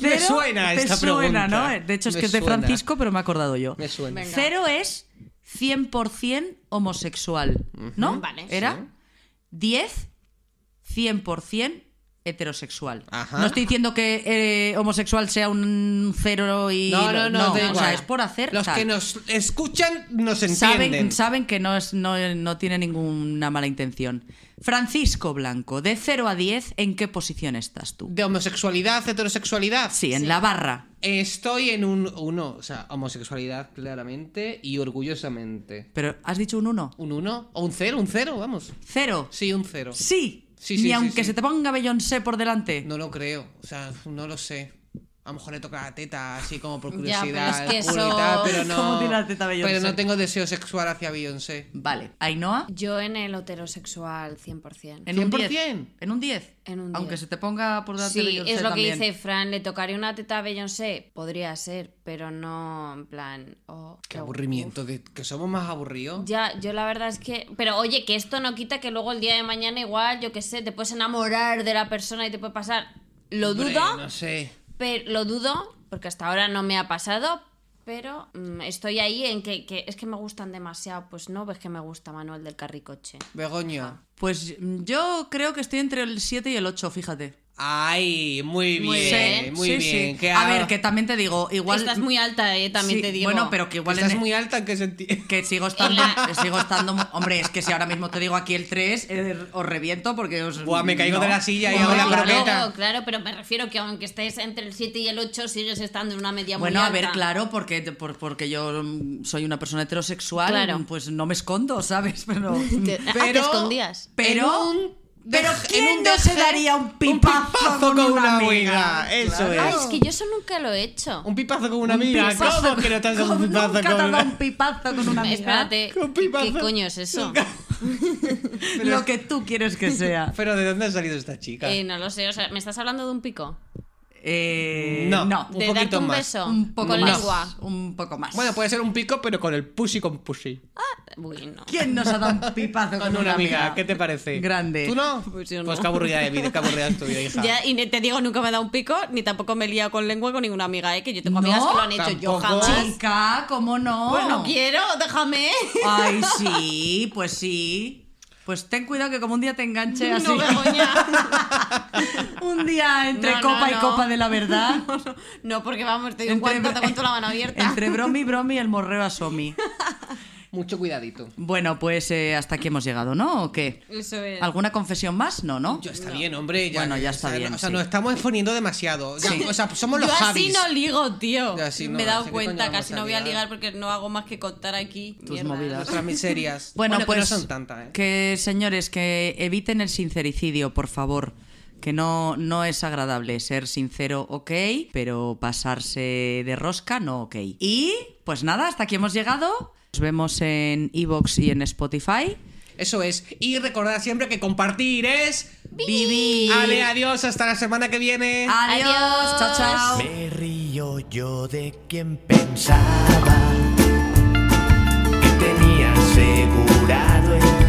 S5: Me
S3: Cero,
S5: suena
S3: te
S5: esta
S3: suena,
S5: pregunta.
S3: ¿no? De hecho, es
S5: Me
S3: que es de
S5: suena.
S3: Francisco, pero me he acordado yo.
S5: Me suena.
S4: Venga.
S3: Cero es 100% homosexual, ¿no?
S4: Vale.
S3: Era 10, 100% heterosexual.
S5: Ajá.
S3: No estoy diciendo que eh, homosexual sea un cero y...
S5: No, no, no, da
S3: o sea,
S5: igual.
S3: es por hacer
S5: Los
S3: tal.
S5: que nos escuchan nos
S3: Saben,
S5: entienden.
S3: saben que no, es, no, no tiene ninguna mala intención. Francisco Blanco, de 0 a 10, ¿en qué posición estás tú?
S5: De homosexualidad, heterosexualidad.
S3: Sí, en la barra.
S5: Estoy en un uno, o sea, homosexualidad claramente y orgullosamente.
S3: Pero has dicho un 1.
S5: ¿Un uno? ¿O un cero? ¿Un cero? Vamos.
S3: ¿Cero?
S5: Sí, un cero.
S3: Sí.
S5: Sí,
S3: Ni
S5: sí, sí,
S3: aunque
S5: sí.
S3: se te ponga Beyoncé por delante.
S5: No lo creo, o sea, no lo sé. A lo mejor le toca la teta, así como por
S4: Ya, pero
S5: curiosidad,
S4: es que
S5: el culo y tal,
S4: eso-
S5: pero
S3: [LAUGHS]
S5: no.
S3: ¿Cómo tiene la teta Beyoncé?
S5: Pero no tengo deseo sexual hacia Beyoncé.
S3: Vale. ¿Ainhoa?
S4: Yo en el heterosexual 100%.
S3: En un
S5: 100%.
S3: 10. En un 10.
S4: En un
S3: Aunque
S4: 10.
S3: se te ponga por delante
S4: Sí,
S3: Beyoncé
S4: es lo que
S3: también.
S4: dice Fran, le tocaría una teta a Beyoncé, podría ser, pero no en plan, oh,
S5: Qué aburrimiento, que, que somos más aburridos.
S4: Ya, yo la verdad es que. Pero oye, que esto no quita que luego el día de mañana, igual, yo qué sé, te puedes enamorar de la persona y te puede pasar. Lo
S5: Hombre,
S4: dudo,
S5: No sé.
S4: pero lo dudo, porque hasta ahora no me ha pasado. Pero mm, estoy ahí en que, que es que me gustan demasiado. Pues no ves que me gusta Manuel del Carricoche.
S5: Begoña.
S3: Pues mm, yo creo que estoy entre el 7 y el 8, fíjate.
S5: Ay, muy bien,
S4: Muy
S5: muy bien.
S4: bien,
S3: Sí, sí.
S5: Que ah,
S3: A
S5: ha-
S3: ver, que también te digo, igual...
S4: Estás muy alta, eh, también
S3: Sí,
S4: te digo.
S3: Bueno, pero que
S5: que
S3: igual... en
S5: estás
S3: el-
S5: muy alta en qué sentido.
S3: [LAUGHS] Que sigo estando,
S4: En la-
S3: sigo estando... mu- Hombre, es que si ahora mismo te digo aquí el 3, os reviento porque os...
S5: Buah, me caigo
S3: no.
S5: de la silla y
S3: Hombre,
S5: hago la
S3: claro.
S5: croqueta.
S4: Claro, claro, pero me refiero que aunque estés entre el 7 y el 8, sigues estando en una media
S3: Bueno,
S4: muy
S3: a ver,
S4: alta.
S3: claro, porque, te- por- porque yo mm, soy una persona heterosexual,
S4: Claro.
S3: pues no me escondo, ¿sabes? [LAUGHS] Pero.
S4: Te- ah, te
S5: Pero-
S4: escondías.
S3: Pero.
S5: En un-
S3: pero
S5: en
S3: ¿quién
S5: un
S3: no se
S5: deje-
S3: daría un pipazo,
S5: con una
S3: amiga?
S5: amiga? Eso
S3: Claro.
S5: es.
S4: Ah, es que yo eso nunca lo he hecho.
S5: [LAUGHS] Un pipazo con una amiga.
S3: pipazo.
S5: ¿Cómo que no te has dado
S3: ¿Cómo
S5: un pipazo
S3: nunca te
S5: con
S3: has dado
S5: una
S3: un pipazo con una amiga? [LAUGHS]
S4: Espérate,
S5: Con
S4: ¿qué,
S5: pipazo.
S4: qué coño es eso?
S3: Lo que tú quieres que
S5: [LAUGHS]
S3: sea.
S5: [LAUGHS] Pero ¿de dónde ha salido esta chica?
S4: Eh, no lo sé, o sea, ¿me estás hablando de un pico?
S3: Eh,
S5: No. Un
S4: ¿De
S5: poquito
S4: darte un
S5: más.
S4: beso?
S3: Un poco
S4: ¿Con
S3: más.
S4: lengua?
S3: Un poco más.
S5: Bueno, pues, puede ser un pico, pero con el pushy con pushy.
S4: Ah, Uy, no.
S3: ¿Quién nos ha dado un pipazo con,
S5: [LAUGHS] Con una amiga, ¿qué te parece?
S3: Grande.
S5: ¿Tú no?
S4: Pues yo no.
S5: qué aburrida de vida, qué aburrida es tu vida, hija.
S4: Ya, y ni te digo, nunca me he dado un pico, ni tampoco me he liado con lengua con ninguna amiga, ¿eh? Que yo tengo
S3: No,
S4: amigas que lo han hecho yo
S5: tampoco.
S4: jamás.
S3: Chica, ¿cómo no?
S4: Pues no quiero, déjame.
S3: Ay, sí, pues sí. Pues ten cuidado que como un día te enganche [LAUGHS] así.
S4: [LAUGHS] No, Begoña.
S3: [LAUGHS] un día entre
S4: No, no,
S3: copa y
S4: no.
S3: copa de la verdad.
S4: No, porque vamos, [LAUGHS] te doy un
S3: Entre
S4: guantazo
S3: [LAUGHS] bro-
S4: con toda la mano abierta.
S3: Entre
S4: [LAUGHS]
S3: bromi, bromi, el morreo a Somi.
S5: Mucho cuidadito.
S3: Bueno, pues eh, hasta aquí hemos llegado, ¿no? ¿O qué?
S4: Eso es.
S3: ¿Alguna confesión más? No, ¿no?
S5: Yo, está bien, hombre. Ya,
S3: Bueno, ya
S5: o
S3: está
S5: sea,
S3: bien,
S5: O sea,
S3: sí.
S5: nos estamos exponiendo demasiado. Ya,
S3: Sí.
S5: O sea, somos
S4: Yo
S5: los
S4: así
S5: Javis.
S4: no ligo, tío.
S5: Yo así no,
S4: me he dado
S5: así que
S4: cuenta,
S5: coño
S4: casi
S5: vamos a
S4: no voy a
S5: ligar.
S4: ligar porque no hago más que contar aquí.
S3: Tus
S4: mierdas.
S3: movidas.
S5: Nuestras miserias.
S3: [LAUGHS] Bueno,
S5: que
S3: pues
S5: no son tantas, ¿eh?
S3: que señores, que eviten el sincericidio, por favor. Que no, no es agradable ser sincero, ok, pero pasarse de rosca, no, ok. Y pues nada, hasta aquí hemos llegado. Nos vemos en Evox y en Spotify.
S5: Eso es. Y recordad siempre que compartir es.
S3: Vivi.
S5: Ale, adiós, hasta la semana que viene.
S3: Adiós. Chao, chao.
S6: Me río yo de quien pensaba que tenía asegurado el